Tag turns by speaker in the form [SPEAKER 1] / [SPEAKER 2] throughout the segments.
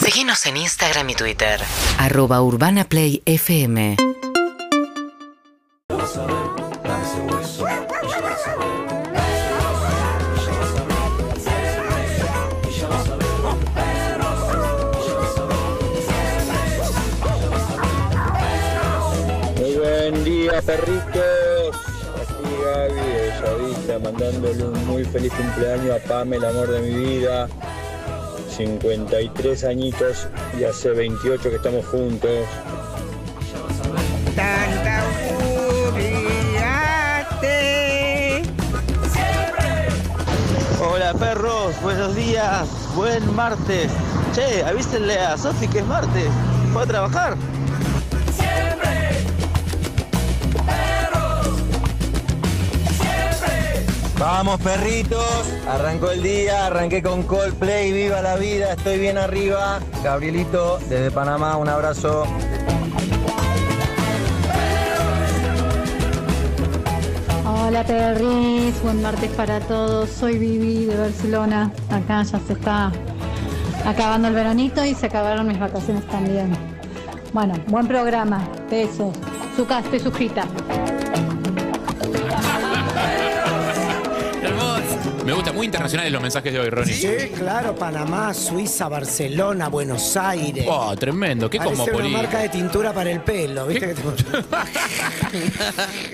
[SPEAKER 1] Seguinos en Instagram y Twitter.
[SPEAKER 2] Arroba Urbana Play FM.
[SPEAKER 3] Muy buen día, perritos. Aquí Gaby de Yavisa, mandándole un muy feliz cumpleaños a Pame, el amor de mi vida. 53 añitos y hace 28 que estamos juntos.
[SPEAKER 4] Tanta furia.
[SPEAKER 5] Hola perros, buenos días, buen martes. Che, avísenle a Sofi que es martes. ¿Puedo trabajar?
[SPEAKER 6] Vamos perritos, arrancó el día, arranqué con Coldplay, viva la vida, estoy bien arriba. Gabrielito, desde Panamá, un abrazo.
[SPEAKER 7] Hola Perris, buen martes para todos. Soy Vivi de Barcelona. Acá ya se está acabando el veranito y se acabaron mis vacaciones también. Bueno, buen programa. Besos. Suca, estoy suscrita.
[SPEAKER 8] Hermoso.
[SPEAKER 9] Me gusta, muy internacionales los mensajes de hoy, Ronnie.
[SPEAKER 4] Sí, claro, Panamá, Suiza, Barcelona, Buenos Aires.
[SPEAKER 9] Wow, Oh, tremendo, qué
[SPEAKER 4] Parece una
[SPEAKER 9] cosmopolita.
[SPEAKER 4] marca de tintura para el pelo, ¿viste? Que te-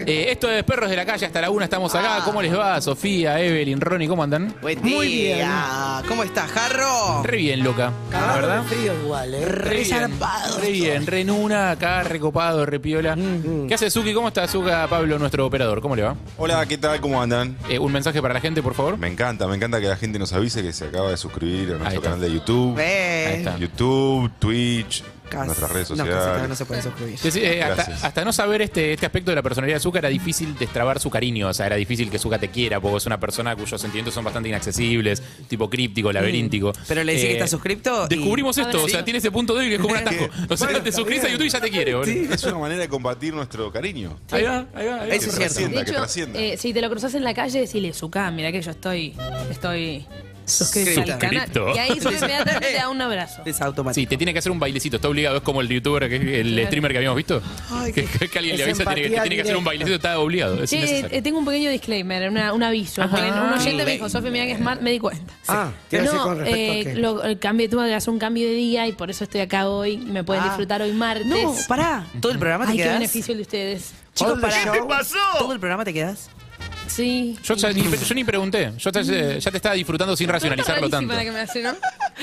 [SPEAKER 9] Eh, esto es Perros de la Calle hasta la una, estamos
[SPEAKER 4] Ah.
[SPEAKER 9] acá. ¿Cómo les va, Sofía, Evelyn, Ronnie? ¿Cómo andan?
[SPEAKER 5] Buen
[SPEAKER 4] Muy
[SPEAKER 5] día. ¿Cómo estás, Jarro?
[SPEAKER 9] Re bien, loca. La
[SPEAKER 4] Cagado de
[SPEAKER 9] verdad.
[SPEAKER 4] Ah, frío igual, ¿eh?
[SPEAKER 9] Re bien, re bien, re nuna, acá recopado, re piola.
[SPEAKER 4] Mm,
[SPEAKER 9] ¿Qué hace Zuki? ¿Cómo está Zuka, Pablo, nuestro operador? ¿Cómo le va?
[SPEAKER 10] Hola, ¿qué tal? ¿Cómo andan?
[SPEAKER 9] Eh, un mensaje para la gente, por favor.
[SPEAKER 10] Me encanta, me encanta que la gente nos avise que se acaba de suscribir a
[SPEAKER 9] Ahí
[SPEAKER 10] nuestro
[SPEAKER 9] está.
[SPEAKER 10] canal de YouTube.
[SPEAKER 9] Ahí
[SPEAKER 5] Ven.
[SPEAKER 9] está.
[SPEAKER 10] YouTube, Twitch,
[SPEAKER 5] Cas-
[SPEAKER 10] nuestras redes
[SPEAKER 5] No, casi todavía no
[SPEAKER 10] sociales.
[SPEAKER 5] se pueden suscribir.
[SPEAKER 9] Sí, sí, eh, hasta,
[SPEAKER 10] Gracias.
[SPEAKER 9] hasta no saber este, este aspecto de la personalidad de Zuka era difícil destrabar su cariño. O sea, era difícil que Zuka te quiera porque es una persona cuyos sentimientos son bastante inaccesibles, tipo críptico, laberíntico.
[SPEAKER 5] Mm. Pero le decís
[SPEAKER 9] Eh,
[SPEAKER 5] que está suscripto y-
[SPEAKER 9] Descubrimos esto, o sea, tiene ese punto débil que es como un atajo. O sea,
[SPEAKER 10] Bueno,
[SPEAKER 9] te
[SPEAKER 10] está
[SPEAKER 9] suscribes a
[SPEAKER 10] bien.
[SPEAKER 9] YouTube y ya te quiere, boludo.
[SPEAKER 10] Es una manera de combatir nuestro cariño.
[SPEAKER 9] Ahí va, ahí va. ahí
[SPEAKER 5] Eso
[SPEAKER 9] va.
[SPEAKER 5] es
[SPEAKER 10] que
[SPEAKER 5] cierto.
[SPEAKER 10] trascienda,
[SPEAKER 11] De
[SPEAKER 10] que
[SPEAKER 11] hecho,
[SPEAKER 10] trascienda.
[SPEAKER 11] eh, si te lo cruzas en la calle, decile, Zucá, mira que yo estoy, estoy suscrito al canal.
[SPEAKER 9] Suscripto.
[SPEAKER 11] Y ahí Zucca inmediatamente te da un abrazo.
[SPEAKER 5] Es automático.
[SPEAKER 9] Sí, te tiene que hacer un bailecito, está obligado, es como el youtuber, que, el streamer que habíamos visto. que, que alguien le
[SPEAKER 4] es
[SPEAKER 9] avisa, tiene, que-
[SPEAKER 4] empatía
[SPEAKER 9] tiene que hacer un
[SPEAKER 4] directa.
[SPEAKER 9] bailecito, está obligado. Es
[SPEAKER 11] Che,
[SPEAKER 9] innecesario.
[SPEAKER 11] eh, tengo un pequeño disclaimer, una- un aviso.
[SPEAKER 9] Ajá.
[SPEAKER 11] porque un oyente me dijo, Sofía, mira que es mal, me di cuenta.
[SPEAKER 4] Ah, te iba a decir
[SPEAKER 11] No,
[SPEAKER 4] con respecto a
[SPEAKER 11] eh,
[SPEAKER 4] qué.
[SPEAKER 11] lo- el cambio, tuve que hacer un cambio de día y por eso estoy acá hoy. y Me pueden
[SPEAKER 5] Ah.
[SPEAKER 11] disfrutar hoy martes.
[SPEAKER 5] No, pará. ¿Todo el programa te
[SPEAKER 11] Ay, qué
[SPEAKER 5] quedás?
[SPEAKER 11] beneficio el de ustedes.
[SPEAKER 5] Chicos, pará.
[SPEAKER 4] ¿Qué te pasó?
[SPEAKER 5] ¿Todo el programa te quedás?
[SPEAKER 11] Sí.
[SPEAKER 9] Yo, ya ni, yo ni pregunté, yo ya, ya te estaba disfrutando sin racionalizarlo tanto.
[SPEAKER 11] Rarísima la que me hace, ¿no?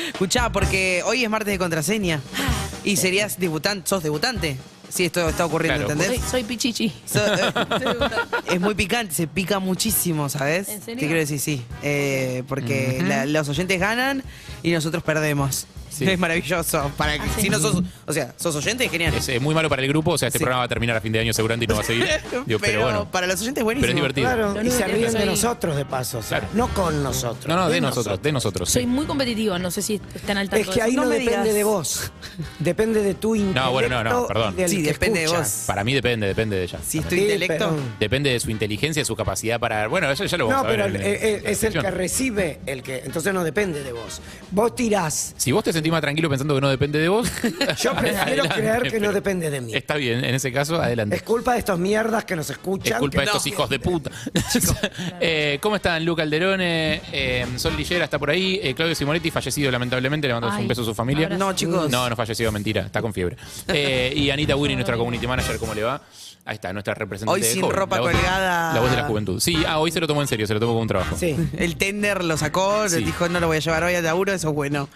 [SPEAKER 5] Escuchá, porque hoy es martes de contraseña.
[SPEAKER 11] Ah.
[SPEAKER 5] Y serías debutante, sos debutante. Sí, esto está ocurriendo,
[SPEAKER 9] Claro.
[SPEAKER 11] Soy,
[SPEAKER 5] ¿entendés?
[SPEAKER 11] soy pichichi.
[SPEAKER 5] So- eh,
[SPEAKER 11] Soy debutante.
[SPEAKER 5] es muy picante, se pica muchísimo, ¿sabes?
[SPEAKER 11] ¿En serio?
[SPEAKER 5] Te quiero decir, sí. Eh, porque la- los oyentes ganan y nosotros perdemos.
[SPEAKER 9] Sí.
[SPEAKER 5] Es maravilloso. Para que,
[SPEAKER 11] Ah, sí.
[SPEAKER 5] Si no sos, o sea, sos oyente, genial.
[SPEAKER 9] Es eh, muy malo para el grupo, o sea, este
[SPEAKER 5] Sí.
[SPEAKER 9] programa va a terminar a fin de año seguramente y no va a seguir. Digo, pero, bueno,
[SPEAKER 5] para los oyentes buenísimo.
[SPEAKER 9] pero es divertido.
[SPEAKER 4] Claro, y
[SPEAKER 11] Boludo,
[SPEAKER 4] se
[SPEAKER 11] que
[SPEAKER 4] ríen de
[SPEAKER 11] soy-
[SPEAKER 4] nosotros de paso, o sea,
[SPEAKER 9] Claro.
[SPEAKER 4] no con nosotros.
[SPEAKER 9] No, no, de nosotros, de nosotros. sí.
[SPEAKER 11] Soy muy competitiva, no sé si están al tanto.
[SPEAKER 4] Es
[SPEAKER 11] de
[SPEAKER 4] que
[SPEAKER 11] eso.
[SPEAKER 4] ahí no,
[SPEAKER 5] No me
[SPEAKER 4] depende
[SPEAKER 5] digas.
[SPEAKER 4] de vos. Depende de tu intelecto.
[SPEAKER 9] bueno, no, no,
[SPEAKER 4] y
[SPEAKER 9] perdón.
[SPEAKER 4] del
[SPEAKER 5] Sí,
[SPEAKER 4] que
[SPEAKER 5] depende de
[SPEAKER 4] escucha.
[SPEAKER 5] vos.
[SPEAKER 9] Para mí depende, depende de ella.
[SPEAKER 5] Si es tu
[SPEAKER 4] Sí,
[SPEAKER 5] intelecto.
[SPEAKER 4] pero-
[SPEAKER 9] Depende de su inteligencia, de su capacidad para. Bueno, eso ya lo vamos
[SPEAKER 4] No,
[SPEAKER 9] a ver.
[SPEAKER 4] pero
[SPEAKER 9] en-
[SPEAKER 4] eh, eh,
[SPEAKER 9] en
[SPEAKER 4] es
[SPEAKER 9] la
[SPEAKER 4] el
[SPEAKER 9] sección.
[SPEAKER 4] que recibe el que. Entonces no depende de vos. Vos tirás.
[SPEAKER 9] Si vos te sentís más tranquilo pensando que no depende de vos.
[SPEAKER 4] Yo prefiero
[SPEAKER 9] adelante,
[SPEAKER 4] creer que no
[SPEAKER 9] pero-
[SPEAKER 4] depende de mí.
[SPEAKER 9] Está bien, en ese caso, adelante.
[SPEAKER 4] Es
[SPEAKER 9] Es,
[SPEAKER 4] culpa de estos mierdas que nos escuchan.
[SPEAKER 9] culpa de
[SPEAKER 4] que-
[SPEAKER 9] estos hijos de puta. Eh, ¿Cómo están? Luca Alderone, eh, Sol Lillera está por ahí, eh, Claudio Simonetti, fallecido lamentablemente, le mandamos
[SPEAKER 11] Ay,
[SPEAKER 9] un beso a su familia.
[SPEAKER 11] abrazo.
[SPEAKER 5] No, chicos.
[SPEAKER 9] No, no falleció, mentira, está con fiebre. Eh, y Anita Wiri, nuestra community manager, ¿cómo le va? Ahí está, nuestra representante.
[SPEAKER 5] Hoy sin
[SPEAKER 9] joven,
[SPEAKER 5] ropa
[SPEAKER 9] la voz-
[SPEAKER 5] colgada.
[SPEAKER 9] La voz de la juventud. Sí, ah, hoy se lo tomó en serio, se lo tomó como un trabajo. Sí,
[SPEAKER 4] Sí.
[SPEAKER 5] El tender lo sacó, le
[SPEAKER 9] Sí.
[SPEAKER 5] dijo no lo voy a llevar hoy al laburo, eso es bueno.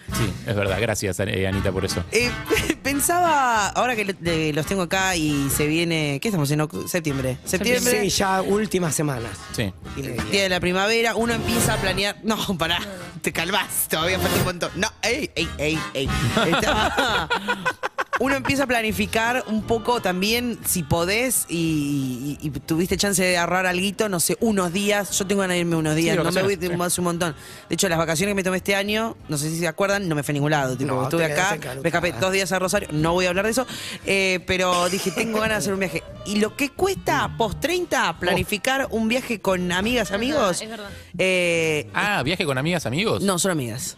[SPEAKER 9] es verdad, gracias eh, Anita por eso.
[SPEAKER 5] Eh, pensaba, ahora que lo- de- los tengo acá y se viene, ¿qué estamos en ocu- septiembre? Septiembre,
[SPEAKER 4] Sí, ya últimas semanas.
[SPEAKER 9] Sí.
[SPEAKER 4] Y media.
[SPEAKER 5] día de la primavera, uno empieza a planear, no, pará, te calmás, todavía falta un montón. No, ey, ey, ey, ey. Está- uno empieza a planificar un poco también, si podés y, y- y tuviste chance de ahorrar algo, no sé, unos días. Yo tengo ganas de irme unos días, no me voy
[SPEAKER 9] vacaciones,
[SPEAKER 5] de-
[SPEAKER 9] sí.
[SPEAKER 5] más un montón. De hecho, las vacaciones que me tomé este año, no sé si se acuerdan, no me fui a ningún lado. tipo,
[SPEAKER 4] No,
[SPEAKER 5] estuve
[SPEAKER 4] te quedás
[SPEAKER 5] acá,
[SPEAKER 4] encanutada.
[SPEAKER 5] me escapé dos días a Rosario, no voy a hablar de eso, eh, pero dije, tengo ganas de hacer un viaje. Y lo que cuesta post 30 planificar un viaje con amigas, amigos.
[SPEAKER 11] verdad, es verdad.
[SPEAKER 5] eh,
[SPEAKER 9] Ah, viaje con amigas, amigos.
[SPEAKER 5] no, son amigas.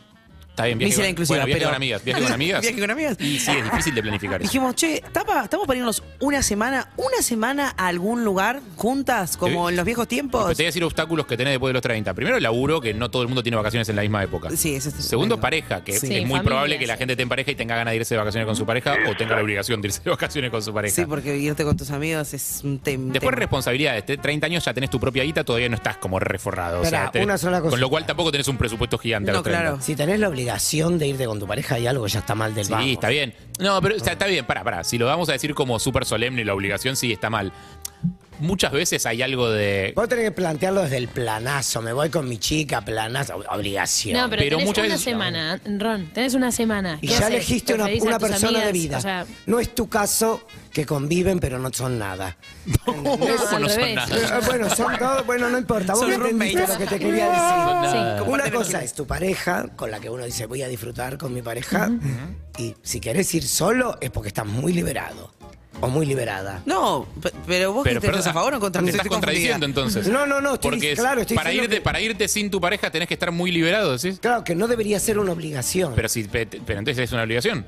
[SPEAKER 9] Está bien, viaje
[SPEAKER 5] Misión
[SPEAKER 9] con-
[SPEAKER 5] inclusiva,
[SPEAKER 9] bueno, viaje
[SPEAKER 5] pero-
[SPEAKER 9] con amigas, viaje con amigas.
[SPEAKER 5] Viaje con amigas.
[SPEAKER 9] Y sí, es difícil de planificar eso.
[SPEAKER 5] Dijimos, che, tapa, estamos para irnos una semana, una semana a algún lugar juntas, como
[SPEAKER 9] vi-
[SPEAKER 5] en los viejos
[SPEAKER 9] Pero
[SPEAKER 5] tiempos.
[SPEAKER 9] Te voy a decir obstáculos que tenés después de los 30. Primero, el laburo, que no todo el mundo tiene vacaciones en la misma época.
[SPEAKER 5] Sí, ese es el
[SPEAKER 9] Segundo,
[SPEAKER 5] primero.
[SPEAKER 9] pareja, que
[SPEAKER 5] Sí.
[SPEAKER 9] es
[SPEAKER 11] Sí,
[SPEAKER 9] muy
[SPEAKER 11] familia,
[SPEAKER 9] probable que la
[SPEAKER 11] sí.
[SPEAKER 9] gente esté en pareja y tenga ganas de irse de vacaciones con su pareja o tenga la obligación de irse de vacaciones con su pareja.
[SPEAKER 5] Sí, porque irte con tus amigos es un tem- tema.
[SPEAKER 9] Después responsabilidades, te- 30 años ya tenés tu propia guita, todavía no estás como reforrado. o sea,
[SPEAKER 4] Esperá,
[SPEAKER 9] te-
[SPEAKER 4] una sola
[SPEAKER 9] Con
[SPEAKER 4] cosita.
[SPEAKER 9] lo cual tampoco tenés un presupuesto gigante. a
[SPEAKER 5] No,
[SPEAKER 9] los 30.
[SPEAKER 5] claro.
[SPEAKER 4] Si tenés la obligación de irte con tu pareja y algo ya está mal del
[SPEAKER 9] Sí,
[SPEAKER 4] vamos.
[SPEAKER 9] está bien. No, pero o sea, está bien, pará, pará. Si lo vamos a decir como súper solemne, la obligación sí está mal. Muchas veces hay algo de...
[SPEAKER 4] Vos tenés que plantearlo desde el planazo. Me voy con mi chica, planazo, ob- obligación.
[SPEAKER 11] No, pero,
[SPEAKER 9] Pero
[SPEAKER 11] tenés
[SPEAKER 9] muchas
[SPEAKER 11] una
[SPEAKER 9] veces-
[SPEAKER 11] semana, Ron, tenés una semana.
[SPEAKER 4] y
[SPEAKER 11] ¿Qué
[SPEAKER 4] ya
[SPEAKER 11] haces? ¿Te
[SPEAKER 4] elegiste una,
[SPEAKER 11] referís a
[SPEAKER 4] una
[SPEAKER 11] tus
[SPEAKER 4] persona de
[SPEAKER 11] amigas?
[SPEAKER 4] vida.
[SPEAKER 11] O sea,
[SPEAKER 4] no es tu caso que conviven pero no son nada.
[SPEAKER 9] ¿Cómo
[SPEAKER 11] al
[SPEAKER 9] no son
[SPEAKER 11] revés.
[SPEAKER 9] nada?
[SPEAKER 4] Eh, bueno, son dos, bueno, no importa. Vos
[SPEAKER 5] Son
[SPEAKER 4] me entendiste
[SPEAKER 5] roommates.
[SPEAKER 4] lo que te quería decir.
[SPEAKER 11] sí.
[SPEAKER 4] Una cosa es tu pareja, con la que uno dice voy a disfrutar con mi pareja, y si querés ir solo es porque estás muy liberado o muy liberada.
[SPEAKER 5] No, pe- pero vos que
[SPEAKER 9] Pero,
[SPEAKER 5] te
[SPEAKER 9] perdón,
[SPEAKER 5] estás a favor o en contra.
[SPEAKER 9] Te
[SPEAKER 5] Estoy
[SPEAKER 9] estás
[SPEAKER 5] confundida.
[SPEAKER 9] contradiciendo entonces.
[SPEAKER 4] No, no, no, estoy
[SPEAKER 9] Porque
[SPEAKER 4] dic- claro, estoy
[SPEAKER 9] para,
[SPEAKER 4] diciendo
[SPEAKER 9] irte,
[SPEAKER 4] que-
[SPEAKER 9] para irte sin tu pareja tenés que estar muy liberado, ¿sí?
[SPEAKER 4] Claro que no debería ser una obligación.
[SPEAKER 9] Pero, si, pe- pero entonces es una obligación.